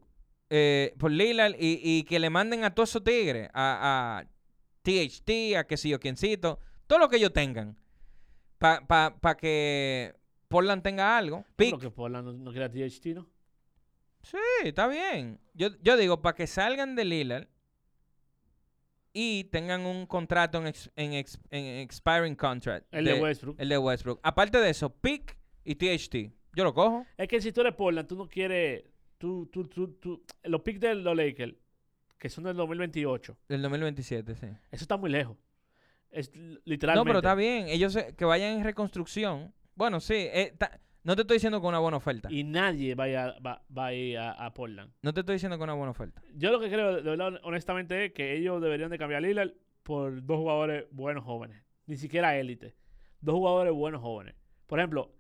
[SPEAKER 1] eh, por Lillard, y, y que le manden a todos esos tigres, a, a THT, a qué sé yo, quiencito, todo lo que ellos tengan, para pa, pa que Portland tenga algo. Pick,
[SPEAKER 3] Lo que Portland no, no quiere a THT, ¿no?
[SPEAKER 1] sí, está bien. Yo, yo digo, para que salgan de Lillard y tengan un contrato en, ex- en ex- en expiring contract.
[SPEAKER 3] El de, Westbrook.
[SPEAKER 1] El de Westbrook. Aparte de eso, Pick y THT. Yo lo cojo.
[SPEAKER 3] Es que si tú eres Portland, tú no quieres. Tú, tú, tú, tú- los picks de los Lakers, que son del 2028,
[SPEAKER 1] El 2027, sí.
[SPEAKER 3] eso está muy lejos. Es l- literalmente.
[SPEAKER 1] No, pero está bien. Ellos se- que vayan en reconstrucción. Bueno, sí. eh, ta- no te estoy diciendo con una buena oferta.
[SPEAKER 3] Y nadie va a ir, a, va, va a, ir a, a Portland.
[SPEAKER 1] No te estoy diciendo con una buena oferta.
[SPEAKER 3] Yo lo que creo, de verdad, honestamente, es que ellos deberían de cambiar a Lillard por dos jugadores buenos jóvenes. Ni siquiera élite. Dos jugadores buenos jóvenes. Por ejemplo,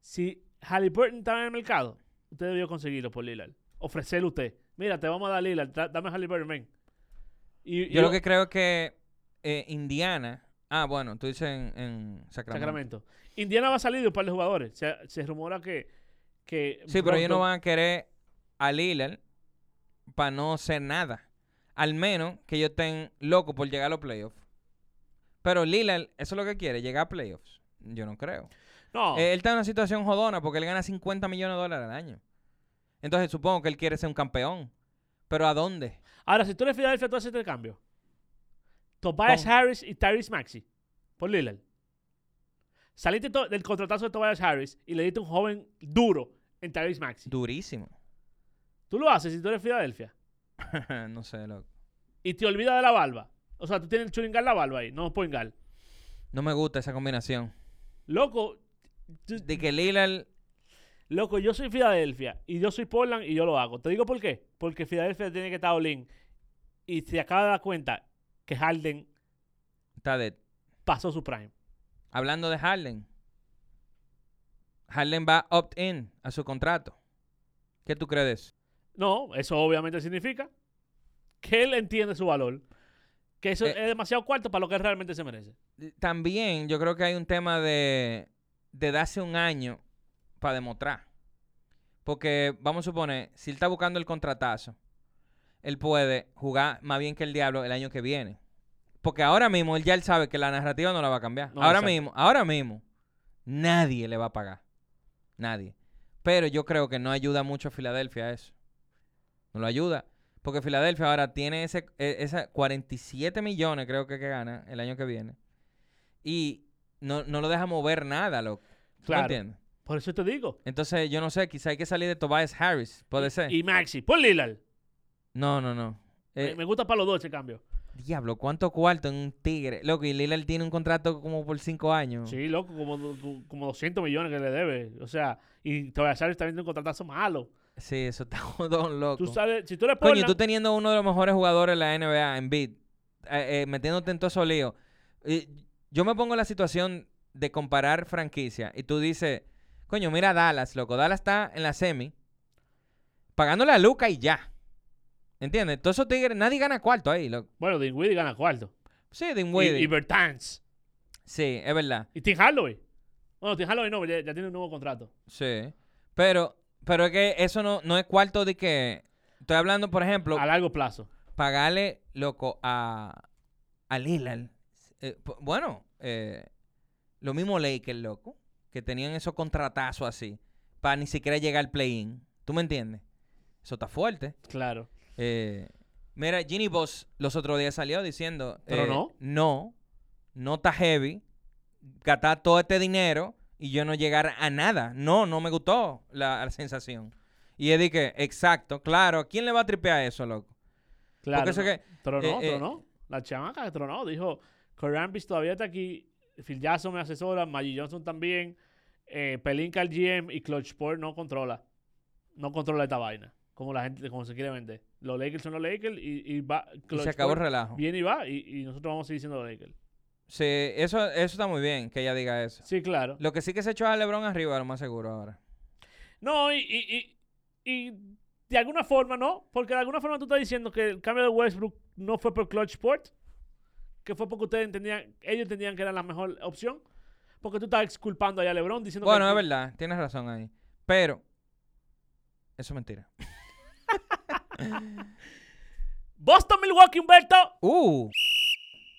[SPEAKER 3] si Halliburton estaba en el mercado, usted debió conseguirlo por Lillard. Ofrecerle usted. Mira, te vamos a dar Lillard. da- Dame a Halliburton, ven. Y, y
[SPEAKER 1] Yo lo que creo es que eh, Indiana. Ah, bueno, tú dices en, en Sacramento.
[SPEAKER 3] Sacramento. Indiana va a salir de un par de jugadores. Se, se rumora que. que
[SPEAKER 1] Sí, pero ellos no
[SPEAKER 3] pronto-
[SPEAKER 1] van a querer a Lillard para no hacer nada. Al menos que ellos estén locos por llegar a los playoffs. Pero Lillard, eso es lo que quiere, llegar a playoffs. Yo no creo.
[SPEAKER 3] No.
[SPEAKER 1] Eh, él está en una situación jodona porque él gana 50 millones de dólares al año. Entonces supongo que él quiere ser un campeón. Pero ¿a dónde?
[SPEAKER 3] Ahora, si tú eres Filadelfia, tú haces este cambio. Tobias
[SPEAKER 1] Con-
[SPEAKER 3] Harris y Tyrese Maxey. Por Lillard. Saliste to- del contratazo de Tobias Harris y le diste un joven duro en Tyrese Maxey.
[SPEAKER 1] Durísimo.
[SPEAKER 3] Tú lo haces si tú eres Filadelfia.
[SPEAKER 1] no sé, loco.
[SPEAKER 3] Y te olvidas de la barba. O sea, tú tienes el churingal la barba ahí, no poingal.
[SPEAKER 1] No me gusta esa combinación.
[SPEAKER 3] Loco, tú-
[SPEAKER 1] De que Lillard...
[SPEAKER 3] Loco, yo soy Filadelfia y yo soy Portland y yo lo hago. Te digo por qué. Porque Filadelfia tiene que estar all-in. Y se acaba de dar cuenta que Harden
[SPEAKER 1] Está de...
[SPEAKER 3] pasó su prime.
[SPEAKER 1] Hablando de Harden. Harden va opt-in a su contrato. ¿Qué tú crees de eso?
[SPEAKER 3] No, eso obviamente significa que él entiende su valor. Que eso
[SPEAKER 1] Eh.
[SPEAKER 3] es demasiado cuarto para lo que él realmente se merece.
[SPEAKER 1] Eh, También yo creo que hay un tema de... De darse un año para demostrar. Porque, vamos a suponer, si él está buscando el contratazo, él puede jugar más bien que el diablo el año que viene. Porque ahora mismo él ya él sabe que la narrativa no la va a cambiar.
[SPEAKER 3] No,
[SPEAKER 1] ahora
[SPEAKER 3] exacto.
[SPEAKER 1] mismo, ahora mismo, nadie le va a pagar. Nadie. Pero yo creo que no ayuda mucho a Filadelfia eso. No lo ayuda. Porque Filadelfia ahora tiene ese, e- esa 47 millones, creo que, que gana el año que viene. Y no, no lo deja mover nada, loco. ¿Tú me
[SPEAKER 3] Claro.
[SPEAKER 1] entiendes?
[SPEAKER 3] Por eso te digo.
[SPEAKER 1] Entonces, yo no sé, quizá hay que salir de Tobias Harris, puede ser.
[SPEAKER 3] Y Maxi, por Lillard.
[SPEAKER 1] Eh. No, no, no. Eh,
[SPEAKER 3] Me- me gusta para los dos ese cambio.
[SPEAKER 1] Diablo, ¿cuánto cuarto en un tigre? Loco, y Lillard tiene un contrato como por cinco años.
[SPEAKER 3] Sí, loco, como, do- como 200 millones que le debe. O sea, y Tobias Harris está viendo un contratazo malo.
[SPEAKER 1] Sí, eso está jodón, loco.
[SPEAKER 3] Tú sabes, si tú eres
[SPEAKER 1] Coño,
[SPEAKER 3] Portland-
[SPEAKER 1] tú teniendo uno de los mejores jugadores de la NBA en beat, eh, metiéndote en todo eso lío. Eh, yo me pongo en la situación de comparar franquicia y tú dices, coño, mira a Dallas, loco. Dallas está en la semi, pagándole a Luca y ya. ¿Entiendes? Todos esos tigres, nadie gana cuarto ahí, loco.
[SPEAKER 3] Bueno, Dinwiddie gana cuarto.
[SPEAKER 1] Sí,
[SPEAKER 3] Y,
[SPEAKER 1] Dinwiddie.
[SPEAKER 3] y Bertans.
[SPEAKER 1] Sí, es verdad.
[SPEAKER 3] Y Tim Halloween. Bueno, Tim Halloween no, ya, ya tiene un nuevo contrato.
[SPEAKER 1] Sí. Pero, pero es que eso no, no es cuarto de que. Estoy hablando, por ejemplo,
[SPEAKER 3] A largo plazo.
[SPEAKER 1] pagarle, loco, a, a Lillard. Eh, p- bueno, eh, lo mismo Lakers, loco, que tenían esos contratazos así, para ni siquiera llegar al play-in. ¿Tú me entiendes? Eso está fuerte.
[SPEAKER 3] Claro.
[SPEAKER 1] Eh, mira, Ginny Boss los otros días salió diciendo...
[SPEAKER 3] Pero
[SPEAKER 1] eh,
[SPEAKER 3] no.
[SPEAKER 1] No, no está heavy. Gastar todo este dinero y yo no llegar a nada. No, no me gustó la, la sensación. Y es de que, exacto, claro, ¿a quién le va a tripear eso, loco?
[SPEAKER 3] Claro.
[SPEAKER 1] Porque eso
[SPEAKER 3] no.
[SPEAKER 1] que...
[SPEAKER 3] Tronó,
[SPEAKER 1] eh, eh.
[SPEAKER 3] tronó. La chamaca que tronó. Dijo, Corambis todavía está aquí. Phil Jackson me asesora. Maggie Johnson también. Eh, Pelinka el GM y Clutch Sport no controla. No controla esta vaina. Como la gente, como se quiere vender. Los Lakers son los Lakers y, y va.
[SPEAKER 1] Y
[SPEAKER 3] Clutch
[SPEAKER 1] se acabó el
[SPEAKER 3] Sport
[SPEAKER 1] relajo.
[SPEAKER 3] Viene y va y, y nosotros vamos a seguir siendo los Lakers.
[SPEAKER 1] Sí, eso, eso está muy bien que ella diga eso.
[SPEAKER 3] Sí, claro.
[SPEAKER 1] Lo que sí que se echó a Lebron arriba, lo más seguro ahora.
[SPEAKER 3] No, y, y- y- y de alguna forma no, porque de alguna forma tú estás diciendo que el cambio de Westbrook no fue por Clutch Sport, que fue porque ustedes entendían, ellos entendían que era la mejor opción, porque tú estás exculpando allá a LeBron diciendo
[SPEAKER 1] Bueno,
[SPEAKER 3] que
[SPEAKER 1] es verdad, tienes razón ahí. Pero, eso es mentira.
[SPEAKER 3] Boston Milwaukee Humberto,
[SPEAKER 1] ¡Uh!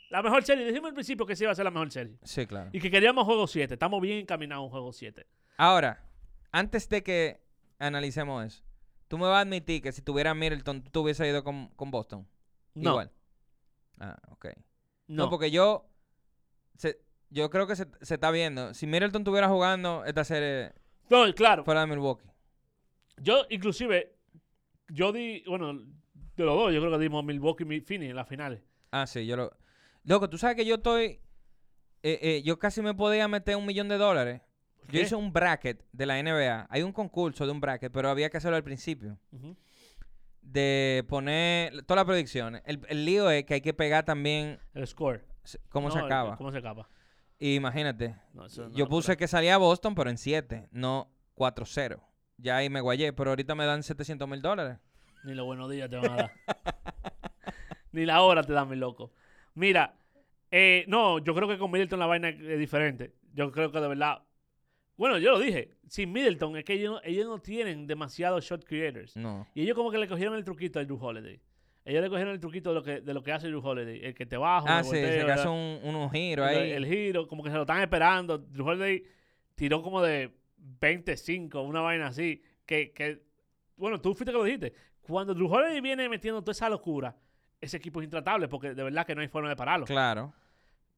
[SPEAKER 3] la mejor serie, dijimos al principio que sí iba a ser la mejor serie
[SPEAKER 1] Sí, claro.
[SPEAKER 3] y que queríamos juego 7, estamos bien encaminados a un juego 7.
[SPEAKER 1] Ahora, antes de que analicemos eso, tú me vas a admitir que si tuviera Middleton, tú te hubieses ido con, con Boston.
[SPEAKER 3] No,
[SPEAKER 1] Igual. Ah, ok. No,
[SPEAKER 3] no.
[SPEAKER 1] porque yo. se- yo creo que se, se está viendo. Si Middleton estuviera jugando esta serie
[SPEAKER 3] No, claro.
[SPEAKER 1] fuera de Milwaukee.
[SPEAKER 3] Yo, inclusive, yo di, bueno, de los dos, yo creo que dimos Milwaukee y Phoenix en las finales.
[SPEAKER 1] Ah, sí, yo lo. Loco, tú sabes que yo estoy. eh, eh, yo casi me podía meter un millón de dólares. Yo
[SPEAKER 3] qué?
[SPEAKER 1] hice un bracket de la NBA. Hay un concurso de un bracket, pero había que hacerlo al principio.
[SPEAKER 3] Ujú.
[SPEAKER 1] de poner todas las predicciones. El, el lío es que hay que pegar también
[SPEAKER 3] El score.
[SPEAKER 1] s- cómo
[SPEAKER 3] No,
[SPEAKER 1] se
[SPEAKER 3] el-
[SPEAKER 1] acaba.
[SPEAKER 3] ¿Cómo se acaba?
[SPEAKER 1] Y imagínate,
[SPEAKER 3] No, eso es una
[SPEAKER 1] yo
[SPEAKER 3] locura.
[SPEAKER 1] puse que salía a Boston, pero en 7, no 4-0. Ya ahí me guayé, pero ahorita me dan 700 mil dólares.
[SPEAKER 3] Ni los buenos días te van a dar. Ni la hora te dan, mi loco. Mira, eh, no, yo creo que con Middleton la vaina es diferente. Yo creo que de verdad. Bueno, yo lo dije. Sin Middleton es que ellos, no- ellos no tienen demasiados shot creators.
[SPEAKER 1] No.
[SPEAKER 3] Y ellos como que le cogieron el truquito a Drew Holiday. Ellos le cogieron el truquito de lo que, de lo que hace Drew Holiday. El que te baja, un
[SPEAKER 1] Ah, sí,
[SPEAKER 3] rebote,
[SPEAKER 1] se
[SPEAKER 3] ¿verdad?
[SPEAKER 1] casó un, unos giros
[SPEAKER 3] el,
[SPEAKER 1] ahí.
[SPEAKER 3] el giro, como que se lo están esperando. Drew Holiday tiró como de 25, una vaina así. Que, que bueno, tú fuiste que lo dijiste. Cuando Drew Holiday viene metiendo toda esa locura, ese equipo es intratable porque de verdad que no hay forma de pararlo.
[SPEAKER 1] Claro,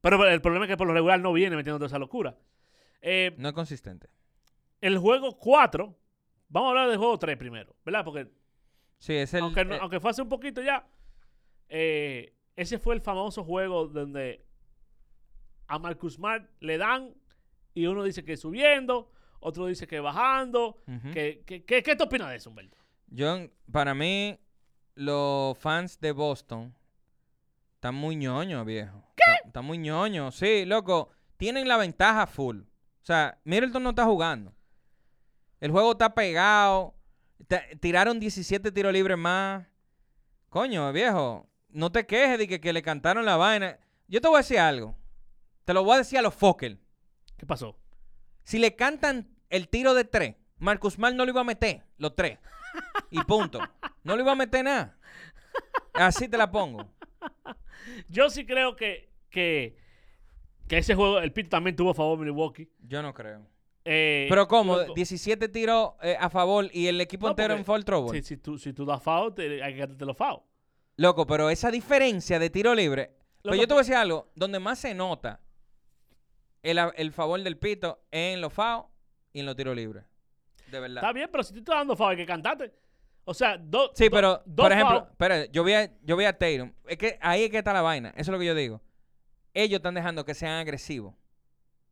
[SPEAKER 3] Pero el problema es que por lo regular no viene metiendo toda esa locura. Eh,
[SPEAKER 1] no es consistente.
[SPEAKER 3] el juego 4, vamos a hablar del juego 3 primero, ¿verdad? Porque
[SPEAKER 1] Sí, es el.
[SPEAKER 3] aunque, no-
[SPEAKER 1] eh,
[SPEAKER 3] aunque fue hace un poquito ya, eh, ese fue el famoso juego donde a Marcus Smart le dan y uno dice que subiendo, otro dice que bajando.
[SPEAKER 1] ujú.
[SPEAKER 3] que- que- que- qué te opinas de eso, Humberto?
[SPEAKER 1] Yo, para mí, los fans de Boston están muy ñoños, viejo. ¿Qué? Están, muy ñoños, sí, loco. Tienen la ventaja full. O sea, Middleton no está jugando. El juego está pegado. Ta- tiraron 17 tiros libres más. Coño, viejo. No te quejes de que, que le cantaron la vaina. Yo te voy a decir algo. Te lo voy a decir a los Fokker.
[SPEAKER 3] ¿Qué pasó?
[SPEAKER 1] Si le cantan el tiro de tres, Marcus Mal no lo iba a meter, los tres. Y punto. No lo iba a meter nada. Así te la pongo.
[SPEAKER 3] Yo sí creo que, que, que ese juego, el Pit también tuvo a favor de Milwaukee.
[SPEAKER 1] Yo no creo.
[SPEAKER 3] Eh,
[SPEAKER 1] Pero ¿cómo?
[SPEAKER 3] loco,
[SPEAKER 1] 17 tiros eh, a favor y el equipo
[SPEAKER 3] No,
[SPEAKER 1] entero
[SPEAKER 3] porque-
[SPEAKER 1] en fall trouble.
[SPEAKER 3] si, si tú, si tú das FAO, te, hay que gastarte los FAO.
[SPEAKER 1] Loco, pero esa diferencia de tiro libre. Pero
[SPEAKER 3] Loco, pues
[SPEAKER 1] yo te voy a decir algo. Donde más se nota el, a- el favor del pito es en los FAO y en los tiros libres. De verdad.
[SPEAKER 3] Está bien, pero si tú estás dando FAO, hay que cantarte. O sea, dos.
[SPEAKER 1] Sí, pero,
[SPEAKER 3] dos
[SPEAKER 1] por ejemplo,
[SPEAKER 3] fouls.
[SPEAKER 1] espera, yo vi a, yo vi a Tatum. Es que ahí es que está la vaina. Eso es lo que yo digo. Ellos están dejando que sean agresivos.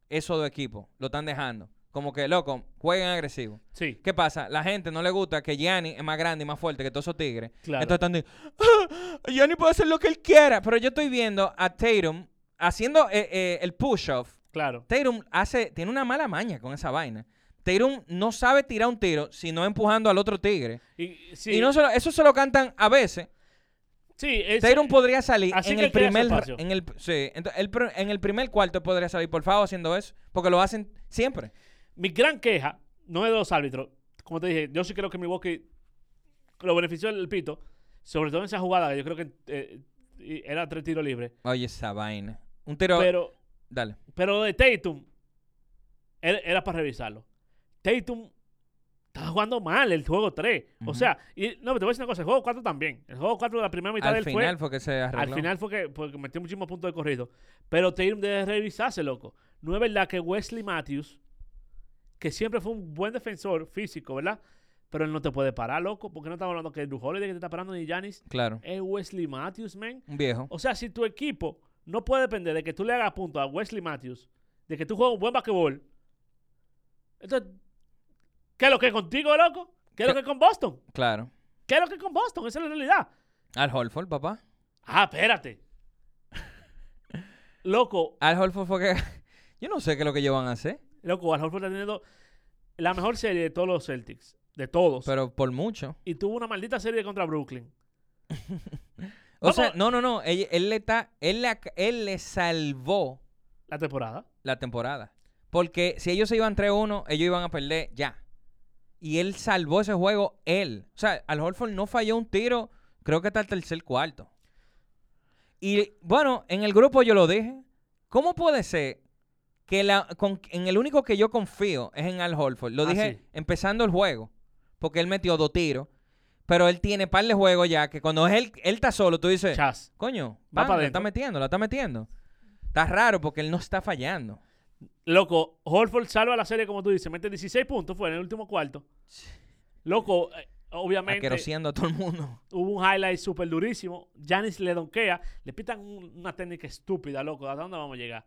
[SPEAKER 1] Esos dos equipos lo están dejando. Como que, loco, jueguen agresivos.
[SPEAKER 3] Sí,
[SPEAKER 1] ¿Qué pasa? La gente no le gusta que Gianni es más grande y más fuerte que todos esos tigres.
[SPEAKER 3] claro.
[SPEAKER 1] Entonces están diciendo, "Ah, Gianni puede hacer lo que él quiera. Pero yo estoy viendo a Tatum haciendo eh, eh, el push-off.
[SPEAKER 3] claro.
[SPEAKER 1] Tatum hace, tiene una mala maña con esa vaina. Tatum no sabe tirar un tiro si no es empujando al otro tigre.
[SPEAKER 3] Y, sí,
[SPEAKER 1] Y no se lo- eso se lo cantan a veces.
[SPEAKER 3] sí, es-
[SPEAKER 1] Tatum podría salir
[SPEAKER 3] así
[SPEAKER 1] en
[SPEAKER 3] que
[SPEAKER 1] el
[SPEAKER 3] crea su
[SPEAKER 1] primer ra-
[SPEAKER 3] espacio.
[SPEAKER 1] en el sí, ento- el pr- en el primer cuarto podría salir por favor haciendo eso, porque lo hacen siempre.
[SPEAKER 3] mi gran queja no es de los árbitros. Como te dije, yo sí creo que Milwaukee lo benefició el pito, sobre todo en esa jugada que yo creo que eh, y- era tres tiros libres.
[SPEAKER 1] Oye esa vaina. Un tiro,
[SPEAKER 3] Pero,
[SPEAKER 1] dale.
[SPEAKER 3] pero lo de Tatum era, era para revisarlo. Tatum estaba jugando mal el juego 3.
[SPEAKER 1] Ujú.
[SPEAKER 3] O sea, y, no, pero te voy a decir una cosa, el juego 4 también. El juego 4 de la primera mitad
[SPEAKER 1] Al
[SPEAKER 3] del
[SPEAKER 1] final fue, que se arregló.
[SPEAKER 3] Al final fue que porque metió muchísimos puntos de corrido. Pero Tatum debe revisarse, loco. No es verdad que Wesley Matthews, que siempre fue un buen defensor físico, ¿verdad? Pero él no te puede parar, loco. Porque no estamos hablando que Drew Holiday que te está parando ni Giannis.
[SPEAKER 1] Claro.
[SPEAKER 3] Es Wesley Matthews, man.
[SPEAKER 1] Un viejo.
[SPEAKER 3] O sea, si tu equipo no puede depender de que tú le hagas punto a Wesley Matthews, de que tú juegas un buen basquetbol, entonces, ¿qué es lo que es contigo, loco? ¿Qué es lo que es con Boston?
[SPEAKER 1] Claro.
[SPEAKER 3] ¿Qué es lo que es con Boston? Esa es la realidad.
[SPEAKER 1] Al Holford, papá.
[SPEAKER 3] Ah, espérate. Loco,
[SPEAKER 1] Al Holford fue que yo no sé qué es lo que ellos van a hacer,
[SPEAKER 3] loco, Al Horford está teniendo la mejor serie de todos los Celtics. De todos.
[SPEAKER 1] pero por mucho.
[SPEAKER 3] y tuvo una maldita serie contra Brooklyn.
[SPEAKER 1] O
[SPEAKER 3] Vamos.
[SPEAKER 1] sea, no, no, no, él, él le está él le, ac- él le salvó
[SPEAKER 3] La temporada.
[SPEAKER 1] la temporada. Porque si ellos se iban 3-1, ellos iban a perder ya. Y él salvó ese juego él. O sea, Al Horford no falló un tiro, creo que hasta el tercer cuarto. Y bueno, en el grupo yo lo dije. ¿Cómo puede ser que la, con- en el único que yo confío es en Al Horford? Lo
[SPEAKER 3] Ah,
[SPEAKER 1] dije
[SPEAKER 3] sí.
[SPEAKER 1] empezando el juego, porque él metió dos tiros. Pero él tiene par de juegos ya que cuando es él, él está solo, tú dices,
[SPEAKER 3] Chas.
[SPEAKER 1] coño,
[SPEAKER 3] Va
[SPEAKER 1] pan,
[SPEAKER 3] pa'
[SPEAKER 1] la
[SPEAKER 3] dentro.
[SPEAKER 1] está metiendo, la está metiendo. Está raro porque él no está fallando.
[SPEAKER 3] Loco, Horford salva la serie, como tú dices. Mete 16 puntos, fue en el último cuarto. Loco, eh, obviamente
[SPEAKER 1] Aquerosiendo a todo el mundo.
[SPEAKER 3] hubo un highlight súper durísimo. Janis le donkea. Le pitan un- una técnica estúpida, loco. ¿A dónde vamos a llegar?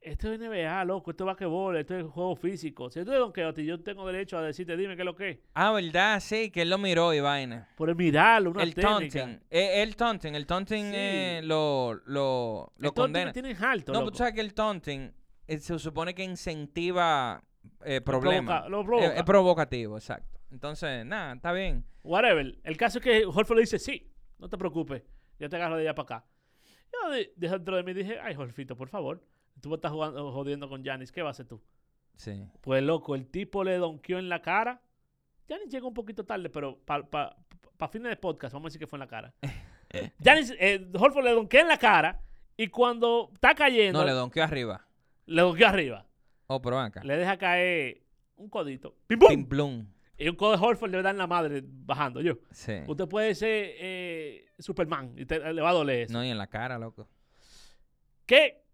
[SPEAKER 3] Esto es NBA, loco, esto es basquetbol, esto es juego físico. Si esto es Don Quijote, yo tengo derecho a decirte, dime qué es lo que es.
[SPEAKER 1] Ah, ¿verdad? Sí, que él lo miró y vaina.
[SPEAKER 3] Por el mirarlo, una
[SPEAKER 1] el
[SPEAKER 3] técnica.
[SPEAKER 1] taunting. Eh, el taunting. El taunting
[SPEAKER 3] Sí.
[SPEAKER 1] eh, lo, lo, lo
[SPEAKER 3] Entonces,
[SPEAKER 1] condena.
[SPEAKER 3] tienen alto,
[SPEAKER 1] No,
[SPEAKER 3] loco.
[SPEAKER 1] pero tú sabes que el taunting eh, se supone que incentiva eh,
[SPEAKER 3] provoca-
[SPEAKER 1] problemas.
[SPEAKER 3] lo
[SPEAKER 1] Eh,
[SPEAKER 3] provoca.
[SPEAKER 1] Es, provocativo, exacto. Entonces, nada, está bien.
[SPEAKER 3] Whatever. El caso es que Horford le dice, sí, no te preocupes, yo te agarro de allá para acá. Yo de- de dentro de mí dije, ay, Jorfito, por favor, tú estás jugando, jodiendo con Janis, ¿qué vas a hacer tú?
[SPEAKER 1] Sí.
[SPEAKER 3] Pues loco, el tipo le donqueó en la cara. Janis llegó un poquito tarde, pero para fines de podcast, vamos a decir que fue en la cara. Janis, eh, Horford le donqueó en la cara y cuando está cayendo,
[SPEAKER 1] No, le
[SPEAKER 3] le,
[SPEAKER 1] donqueó arriba.
[SPEAKER 3] donqueó arriba.
[SPEAKER 1] Oh, pero ven acá.
[SPEAKER 3] Le deja caer un codito. ¡Pim, pum!
[SPEAKER 1] Pim plum.
[SPEAKER 3] Y un codo de Horford le dan la madre bajando, yo.
[SPEAKER 1] Sí.
[SPEAKER 3] Usted puede ser eh, Superman y te- le va a doler eso.
[SPEAKER 1] No, y en la cara, loco.
[SPEAKER 3] ¿Qué?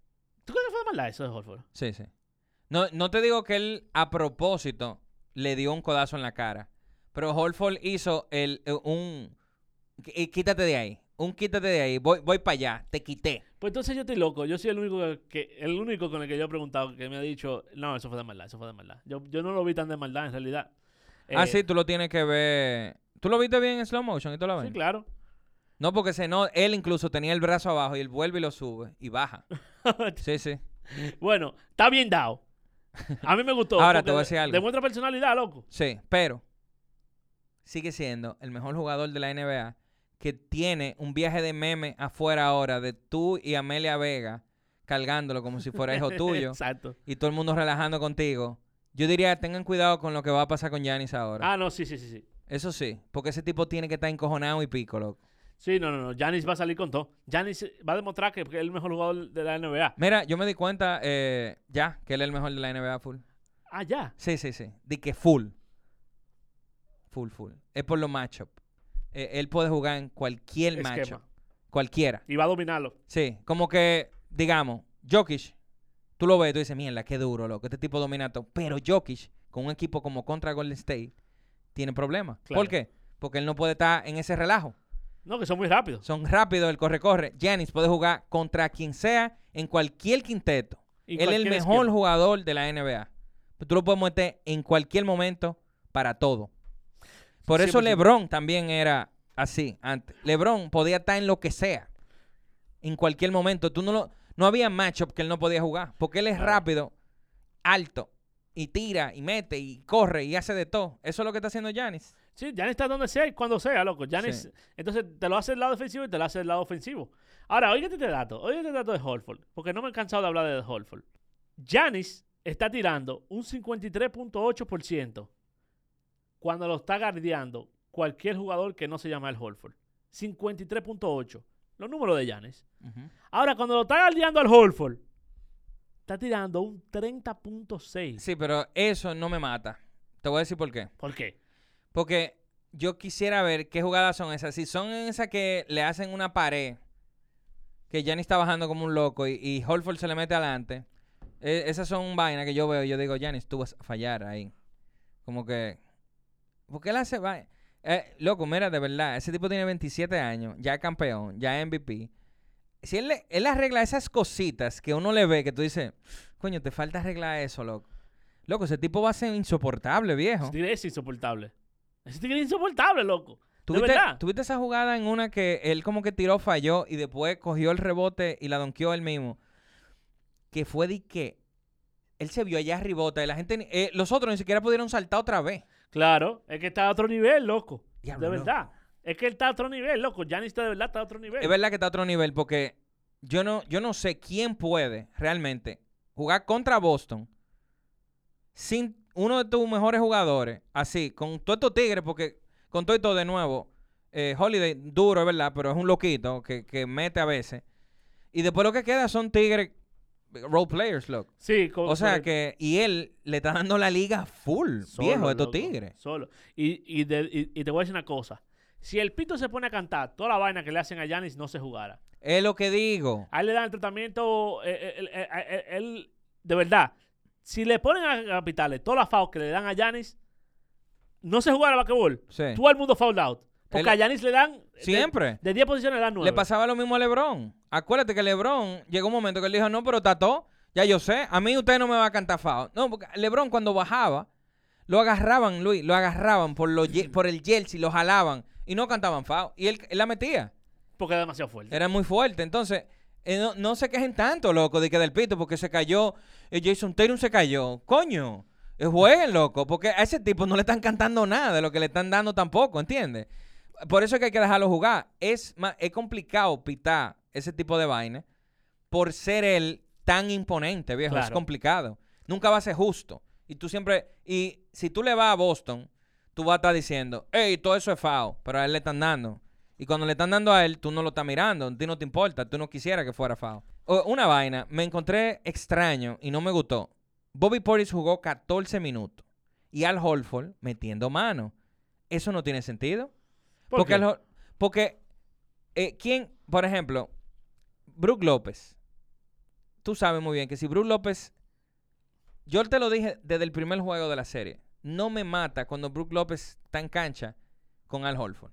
[SPEAKER 3] ¿Tú crees que fue maldad eso de Horford?
[SPEAKER 1] Sí, sí. No, no te digo que él a propósito le dio un codazo en la cara. Pero Holford hizo el, eh, un... qu- eh, Quítate de ahí. Un quítate de ahí. Voy, voy para allá. Te quité.
[SPEAKER 3] Pues entonces yo estoy loco. Yo soy el único que, el único con el que yo he preguntado que me ha dicho, no, eso fue de maldad, eso fue de maldad. Yo, yo no lo vi tan de maldad en realidad.
[SPEAKER 1] ah,
[SPEAKER 3] Eh,
[SPEAKER 1] sí, tú lo tienes que ver... ¿Tú lo viste bien en slow motion y tú lo ves?
[SPEAKER 3] Sí, claro.
[SPEAKER 1] No, porque se no, él incluso tenía el brazo abajo y él vuelve y lo sube y baja. Sí, sí.
[SPEAKER 3] bueno, está bien dado. A mí me gustó.
[SPEAKER 1] Ahora te
[SPEAKER 3] porque
[SPEAKER 1] voy a decir algo.
[SPEAKER 3] Demuestra personalidad, loco.
[SPEAKER 1] Sí, pero sigue siendo el mejor jugador de la NBA que tiene un viaje de meme afuera ahora de tú y Amelia Vega cargándolo como si fuera hijo tuyo
[SPEAKER 3] Exacto.
[SPEAKER 1] y todo el mundo relajando contigo. Yo diría, tengan cuidado con lo que va a pasar con Yanis ahora.
[SPEAKER 3] Ah, no, sí, sí, sí, sí.
[SPEAKER 1] Eso sí, porque ese tipo tiene que estar encojonado y pico, loco.
[SPEAKER 3] Sí, no, no, no. Janis va a salir con todo. Janis va a demostrar que que es el mejor jugador de la NBA.
[SPEAKER 1] Mira, yo me di cuenta eh, ya que él es el mejor de la NBA full.
[SPEAKER 3] Ah, ya.
[SPEAKER 1] Sí, sí, sí. Di que full. Full, full. Es por los matchup. Eh, él puede jugar en cualquier
[SPEAKER 3] Esquema.
[SPEAKER 1] matchup. Cualquiera.
[SPEAKER 3] Y va a dominarlo.
[SPEAKER 1] Sí. Como que, digamos, Jokic, tú lo ves y tú dices, mierda, qué duro, loco. Este tipo domina todo. Pero Jokic, con un equipo como contra Golden State, tiene problemas.
[SPEAKER 3] Claro.
[SPEAKER 1] ¿Por qué? Porque él no puede estar en ese relajo.
[SPEAKER 3] No, que son muy rápidos.
[SPEAKER 1] Son rápidos, el corre-corre. Giannis puede jugar contra quien sea en cualquier quinteto.
[SPEAKER 3] Y
[SPEAKER 1] Él es el
[SPEAKER 3] cualquier
[SPEAKER 1] mejor
[SPEAKER 3] esquema.
[SPEAKER 1] jugador de la NBA. Pero Tú lo puedes meter en cualquier momento para todo. Por
[SPEAKER 3] Sí,
[SPEAKER 1] eso
[SPEAKER 3] pues sí.
[SPEAKER 1] LeBron también era así antes. LeBron podía estar en lo que sea. En cualquier momento. Tú no lo, no había matchup que él no podía jugar. Porque él es
[SPEAKER 3] Claro.
[SPEAKER 1] rápido, alto, y tira, y mete, y corre, y hace de todo. Eso es lo que está haciendo Giannis.
[SPEAKER 3] Sí, Janis está donde sea y cuando sea, loco.
[SPEAKER 1] Sí.
[SPEAKER 3] Giannis- entonces te lo hace el lado defensivo y te lo hace el lado ofensivo. Ahora, oígate este dato, oígate este dato de Holford, porque no me he cansado de hablar de Holford. Janis está tirando un 53.8% cuando lo está guardiando cualquier jugador que no se llama el Holford. 53.8, los números de Janis. Ahora, cuando lo está guardiando al Holford, está tirando un 30.6.
[SPEAKER 1] Sí, pero eso no me mata. Te voy a decir por qué.
[SPEAKER 3] ¿Por qué?
[SPEAKER 1] Porque yo quisiera ver qué jugadas son esas. Si son esas que le hacen una pared, que Giannis está bajando como un loco y, y Holford se le mete adelante, e- esas son vainas que yo veo. y Yo digo, Giannis, tú vas a fallar ahí. Como que. ¿Por qué él hace vai- Eh, loco, mira, de verdad, ese tipo tiene 27 años, ya es campeón, ya es MVP. Si él, le- él arregla esas cositas que uno le ve, que tú dices, coño, te falta arreglar eso, loco. Loco, ese tipo va a ser insoportable, viejo.
[SPEAKER 3] Ese tigre es insoportable. Ese tigre es insoportable, loco. ¿De
[SPEAKER 1] ¿Tuviste,
[SPEAKER 3] verdad?
[SPEAKER 1] tuviste esa jugada en una que él como que tiró, falló y después cogió el rebote y la donqueó él mismo? Que fue de que él se vio allá ribota y la gente, ni- eh, los otros ni siquiera pudieron saltar otra vez.
[SPEAKER 3] Claro, es que está a otro nivel, loco.
[SPEAKER 1] Diablo,
[SPEAKER 3] de
[SPEAKER 1] loco.
[SPEAKER 3] verdad. Es que él está a otro nivel, loco. Giannis está de verdad está a otro nivel.
[SPEAKER 1] Es verdad que está a otro nivel porque yo no, yo no sé quién puede realmente jugar contra Boston sin uno de tus mejores jugadores, así, con todos estos tigres, porque con todo y todo de nuevo, eh, Holiday duro, es verdad, pero es un loquito que, que mete a veces. Y después lo que queda son tigres role players, loco.
[SPEAKER 3] Sí, co-
[SPEAKER 1] O sea
[SPEAKER 3] correcto.
[SPEAKER 1] que, y él le está dando la liga full,
[SPEAKER 3] Solo,
[SPEAKER 1] viejo, de estos
[SPEAKER 3] loco,
[SPEAKER 1] tigres.
[SPEAKER 3] Solo. Y, y de- y- y te voy a decir una cosa. Si el pito se pone a cantar, toda la vaina que le hacen a Giannis no se jugara.
[SPEAKER 1] Es lo que digo.
[SPEAKER 3] A él le dan el tratamiento. eh, eh, él- eh, eh, él- de verdad. Si le ponen a capitales todas las fouls que le dan a Giannis, no se jugara basquetbol.
[SPEAKER 1] Sí.
[SPEAKER 3] Todo el mundo foul out. Porque
[SPEAKER 1] Él-
[SPEAKER 3] a Giannis le dan. de-
[SPEAKER 1] Siempre.
[SPEAKER 3] De 10 posiciones le dan 9.
[SPEAKER 1] Le pasaba lo mismo a LeBron. Acuérdate que LeBron llegó un momento que él dijo, no, pero Tato, Ya yo sé, a mí usted no me va a cantar FAO. No, porque LeBron cuando bajaba, lo agarraban, Luis, lo agarraban por, los ye- por el jersey, lo jalaban y no cantaban FAO. Y él, él la metía.
[SPEAKER 3] Porque era demasiado fuerte.
[SPEAKER 1] Era muy fuerte. Entonces, eh, no, no se quejen tanto, loco, de que del pito, porque se cayó. eh, Jason Tatum se cayó. Coño, eh, jueguen, loco, porque a ese tipo no le están cantando nada de lo que le están dando tampoco, ¿entiendes? Por eso es que hay que dejarlo jugar. Es, ma- es complicado pitar ese tipo de vaina por ser él tan imponente, viejo. Es
[SPEAKER 3] Claro.
[SPEAKER 1] complicado. Nunca va a ser justo. Y tú siempre. Y si tú le vas a Boston, tú vas a estar diciendo, hey, todo eso es FAO, pero a él le están dando. Y cuando le están dando a él, tú no lo estás mirando, a ti no te importa, tú no quisieras que fuera FAO. O- Una vaina, me encontré extraño y no me gustó. Bobby Portis jugó 14 minutos y Al Holford metiendo mano. Eso no tiene sentido.
[SPEAKER 3] ¿Por
[SPEAKER 1] porque
[SPEAKER 3] qué?
[SPEAKER 1] Al Hol- porque eh, ¿quién, por ejemplo, Brook López? Tú sabes muy bien que si Brook López, yo te lo dije desde el primer juego de la serie, no me mata cuando Brook López está en cancha con Al Holford.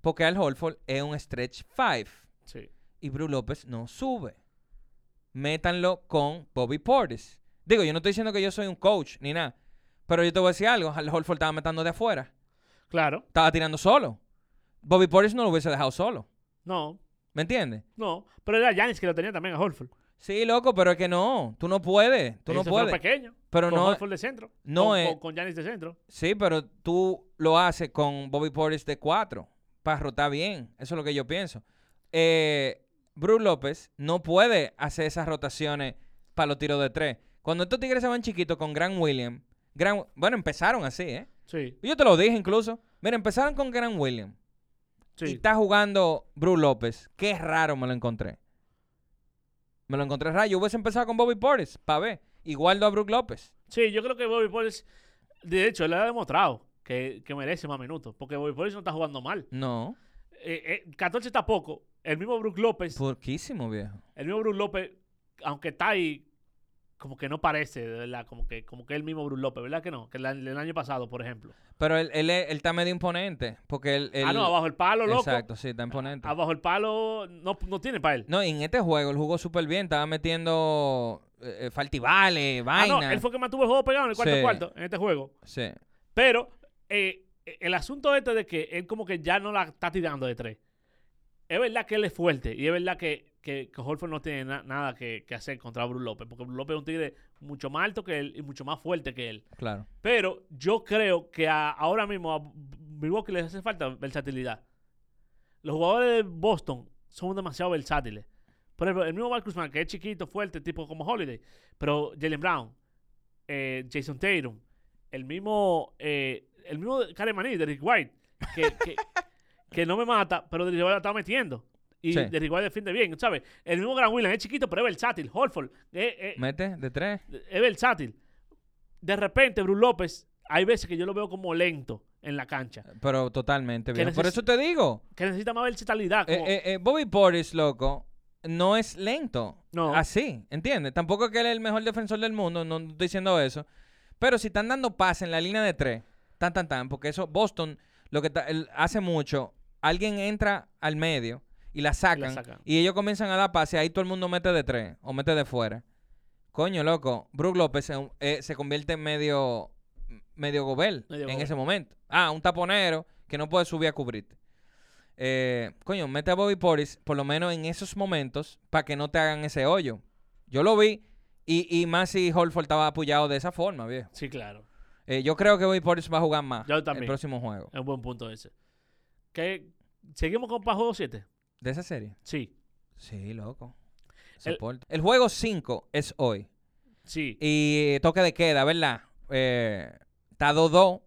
[SPEAKER 1] Porque Al Holford es un stretch five
[SPEAKER 3] Sí.
[SPEAKER 1] y Brook López no sube. Métanlo con Bobby Portis. Digo, yo no estoy diciendo que yo soy un coach ni nada, pero yo te voy a decir algo. Al Holford estaba metiendo de afuera,
[SPEAKER 3] Claro.
[SPEAKER 1] estaba tirando solo. Bobby Portis no lo hubiese dejado solo.
[SPEAKER 3] No,
[SPEAKER 1] ¿Me entiendes?
[SPEAKER 3] no. Pero era Janis que lo tenía también a Holford.
[SPEAKER 1] Sí, loco, pero es que no. Tú no puedes. Tú no
[SPEAKER 3] Ellos se fueron
[SPEAKER 1] puedes.
[SPEAKER 3] pequeños,
[SPEAKER 1] Pero
[SPEAKER 3] con
[SPEAKER 1] no-
[SPEAKER 3] Holford de centro.
[SPEAKER 1] no
[SPEAKER 3] con,
[SPEAKER 1] es-
[SPEAKER 3] con- con Giannis de centro.
[SPEAKER 1] Sí, pero tú lo haces con Bobby Portis de 4 para rotar bien. Eso es lo que yo pienso. Eh, Brook López no puede hacer esas rotaciones para los tiros de 3. Cuando estos tigres se van chiquitos con Grant Williams, Grant- bueno, empezaron así, ¿eh?
[SPEAKER 3] Sí,
[SPEAKER 1] Yo te lo dije incluso. Mira, empezaron con Grant Williams. Y
[SPEAKER 3] sí.
[SPEAKER 1] está jugando Bruce López. Qué raro me lo encontré. Me lo encontré raro. Yo hubiese empezado con Bobby Portis, para ver. Igual a Brook López.
[SPEAKER 3] Sí, yo creo que Bobby Portis, de hecho, él le ha demostrado que, que merece más minutos. Porque Bobby Portis no está jugando mal.
[SPEAKER 1] No,
[SPEAKER 3] Eh, eh, 14 está poco. El mismo Brook López,
[SPEAKER 1] porquísimo, viejo.
[SPEAKER 3] el mismo Brook López, aunque está ahí, como que no parece, de verdad, como que, como que el mismo Brook López, ¿verdad que no? Que el, el año pasado, por ejemplo.
[SPEAKER 1] Pero él, él, es- él está medio imponente. Porque él. él-
[SPEAKER 3] Ah, no, abajo el palo, loco.
[SPEAKER 1] Exacto, sí, está imponente.
[SPEAKER 3] Abajo el palo no, no tiene para él.
[SPEAKER 1] No, y en este juego él jugó súper bien. Estaba metiendo eh, eh, faltivales,
[SPEAKER 3] Ah, no,
[SPEAKER 1] vaina.
[SPEAKER 3] él fue que mantuvo el juego pegado en el cuarto
[SPEAKER 1] Sí.
[SPEAKER 3] cuarto, en este juego.
[SPEAKER 1] Sí.
[SPEAKER 3] Pero eh, el asunto este de que él como que ya no la está tirando de tres. Es verdad que él es fuerte y es verdad que, que, que Horford no tiene na- nada que, que hacer contra Bruce López, porque Bruce López es un tigre mucho más alto que él y mucho más fuerte que él.
[SPEAKER 1] Claro.
[SPEAKER 3] Pero yo creo que a- ahora mismo a Milwaukee les hace falta versatilidad. Los jugadores de Boston son demasiado versátiles. Por ejemplo, el mismo Marcus Smart, que es chiquito, fuerte, tipo como Holiday, pero Jalen Brown, eh, Jason Tatum, el mismo, eh, el mismo Karen Maní, Derrick White, que, que- que no me mata, pero Derrick White la está metiendo. Y
[SPEAKER 1] Sí.
[SPEAKER 3] Derrick White defiende bien, ¿sabes? El mismo Grant Williams es chiquito, pero es versátil. Horford, eh, eh,
[SPEAKER 1] Mete de tres.
[SPEAKER 3] es versátil. De repente, Bruce López, hay veces que yo lo veo como lento en la cancha,
[SPEAKER 1] Pero totalmente,
[SPEAKER 3] Que
[SPEAKER 1] viejo. Por
[SPEAKER 3] neces-
[SPEAKER 1] eso te digo.
[SPEAKER 3] que necesita más versatilidad.
[SPEAKER 1] Eh,
[SPEAKER 3] como-
[SPEAKER 1] eh, eh, Bobby Portis, loco, no es lento.
[SPEAKER 3] No.
[SPEAKER 1] Así, ¿entiendes? Tampoco es que él es el mejor defensor del mundo, no estoy diciendo eso. Pero si están dando pase en la línea de tres, tan, tan, tan, porque eso, Boston, lo que ta- el- hace mucho, alguien entra al medio y la sacan, y
[SPEAKER 3] sacan.
[SPEAKER 1] ellos comienzan a dar pase, ahí todo el mundo mete de tres o mete de fuera. Coño, loco, Brook López se, eh, se convierte en medio, medio gobel
[SPEAKER 3] Medio
[SPEAKER 1] en
[SPEAKER 3] gobel.
[SPEAKER 1] ese momento. Ah, un taponero que no puede subir a cubrirte eh, coño, mete a Bobby Portis, por lo menos en esos momentos, para que no te hagan ese hoyo. Yo lo vi, y, y más si Holford estaba apoyado de esa forma, viejo.
[SPEAKER 3] Sí, claro.
[SPEAKER 1] Eh, yo creo que Bobby Portis va a jugar más
[SPEAKER 3] Yo
[SPEAKER 1] el
[SPEAKER 3] también.
[SPEAKER 1] próximo juego
[SPEAKER 3] Es un buen punto ese. ¿Qué- ¿Seguimos con Pajo 7?
[SPEAKER 1] de esa serie.
[SPEAKER 3] Sí,
[SPEAKER 1] Sí, loco.
[SPEAKER 3] El-
[SPEAKER 1] Soporte. El, juego 5 es hoy.
[SPEAKER 3] sí.
[SPEAKER 1] Y toque de queda, ¿verdad? Eh, Está 2-2.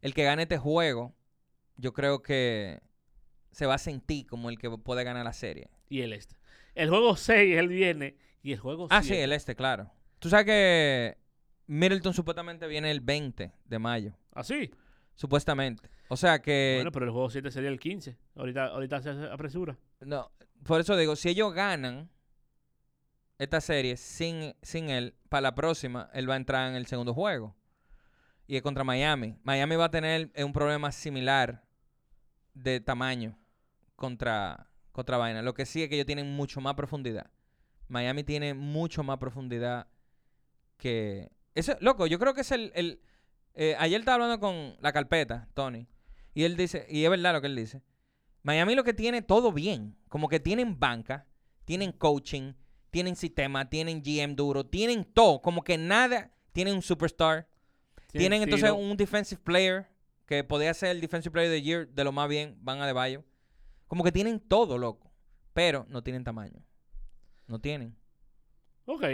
[SPEAKER 1] El que gane este juego, yo creo que se va a sentir como el que puede ganar la serie.
[SPEAKER 3] Y el este. El juego 6 es el viernes y el juego 7.
[SPEAKER 1] Ah, sí, el este, claro. Tú sabes que Middleton supuestamente viene el 20 de mayo.
[SPEAKER 3] Ah, sí.
[SPEAKER 1] Supuestamente. O sea que.
[SPEAKER 3] bueno, pero el juego 7 sería el 15. Ahorita, ahorita se hace- apresura.
[SPEAKER 1] no, por eso digo, si ellos ganan esta serie sin, sin él, para la próxima, él va a entrar en el segundo juego. Y es contra Miami. Miami va a tener eh, un problema similar de tamaño contra, contra Vaina. Lo que sí es que ellos tienen mucho más profundidad. Miami tiene mucho más profundidad que... Eso, loco, yo creo que es el... el- eh, ayer estaba hablando con la carpeta, Tony, y él dice, y es verdad lo que él dice, Miami lo que tiene todo bien, como que tienen banca, tienen coaching, tienen sistema, tienen GM duro, tienen todo, como que nada, tienen un superstar, tienen entonces
[SPEAKER 3] tiro.
[SPEAKER 1] un defensive player que podría ser el defensive player de year de lo más bien, van a de Bayo. Como que tienen todo, loco. Pero no tienen tamaño. No tienen.
[SPEAKER 3] Ok.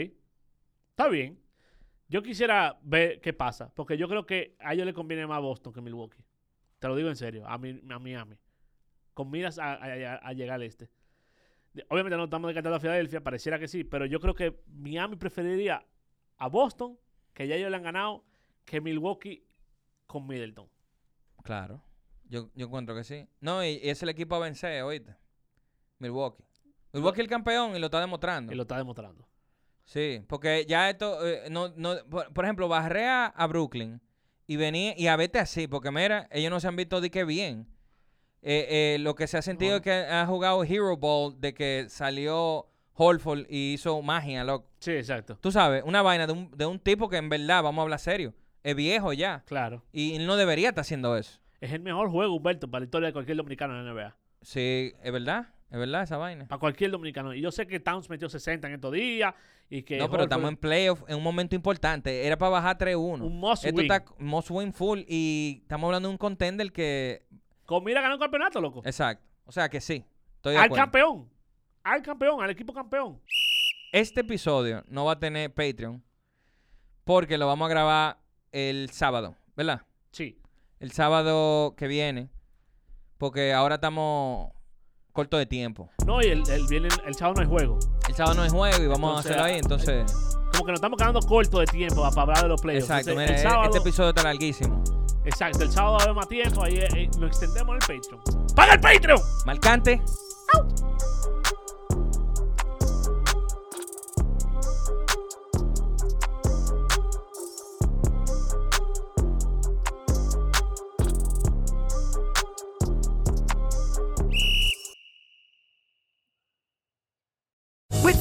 [SPEAKER 3] Está bien. Yo quisiera ver qué pasa. Porque yo creo que a ellos les conviene más Boston que Milwaukee. Te lo digo en serio. A, mi, a Miami. Con miras a, a- a- a llegar al este. De- Obviamente no estamos descartando a Filadelfia. Pareciera que sí. Pero yo creo que Miami preferiría a Boston, que ya ellos le han ganado, que Milwaukee con Middleton.
[SPEAKER 1] Claro. Yo, yo encuentro que sí. No, y, y es el equipo a vencer, oíste. Milwaukee. Milwaukee es el campeón y lo está demostrando.
[SPEAKER 3] Y lo está demostrando.
[SPEAKER 1] Sí, porque ya esto, eh, no, no, por, por ejemplo, barré a, a Brooklyn y venía y a vete así, porque mira, ellos no se han visto de que bien. Eh, eh, lo que se ha sentido
[SPEAKER 3] No.
[SPEAKER 1] es que ha jugado Hero Ball de que salió Holford y hizo magia, loco.
[SPEAKER 3] Sí, exacto.
[SPEAKER 1] Tú sabes, una vaina de un, de un tipo que en verdad, vamos a hablar serio, es viejo ya
[SPEAKER 3] Claro.
[SPEAKER 1] y él no debería estar haciendo eso.
[SPEAKER 3] Es el mejor juego, Humberto, para la historia de cualquier dominicano en la NBA.
[SPEAKER 1] Sí, es verdad, es verdad esa vaina.
[SPEAKER 3] Para cualquier dominicano. Y yo sé que Towns metió 60 en estos días. Y que
[SPEAKER 1] No, pero
[SPEAKER 3] Horford-
[SPEAKER 1] estamos en playoff, en un momento importante. Era para bajar 3-1.
[SPEAKER 3] Un must
[SPEAKER 1] Esto
[SPEAKER 3] win.
[SPEAKER 1] está must win full y estamos hablando de un contender que...
[SPEAKER 3] Comida ganó el campeonato, loco.
[SPEAKER 1] Exacto. O sea que sí. Estoy de
[SPEAKER 3] Al
[SPEAKER 1] acuerdo.
[SPEAKER 3] campeón. Al campeón, al equipo campeón.
[SPEAKER 1] Este episodio no va a tener Patreon porque lo vamos a grabar el sábado, ¿verdad?
[SPEAKER 3] Sí.
[SPEAKER 1] El sábado que viene porque ahora estamos corto de tiempo.
[SPEAKER 3] No, y el, el, viernes- el sábado no hay juego.
[SPEAKER 1] El sábado no es juego y vamos
[SPEAKER 3] Entonces,
[SPEAKER 1] a hacerlo ahí, entonces...
[SPEAKER 3] Como que nos estamos quedando cortos de tiempo para hablar de los playoffs.
[SPEAKER 1] Exacto,
[SPEAKER 3] Entonces,
[SPEAKER 1] mira,
[SPEAKER 3] el sábado,
[SPEAKER 1] este episodio está larguísimo.
[SPEAKER 3] Exacto, el sábado va a haber más tiempo. Ahí eh, eh, nos extendemos en el Patreon. ¡Paga el Patreon!
[SPEAKER 1] Marcante.
[SPEAKER 4] With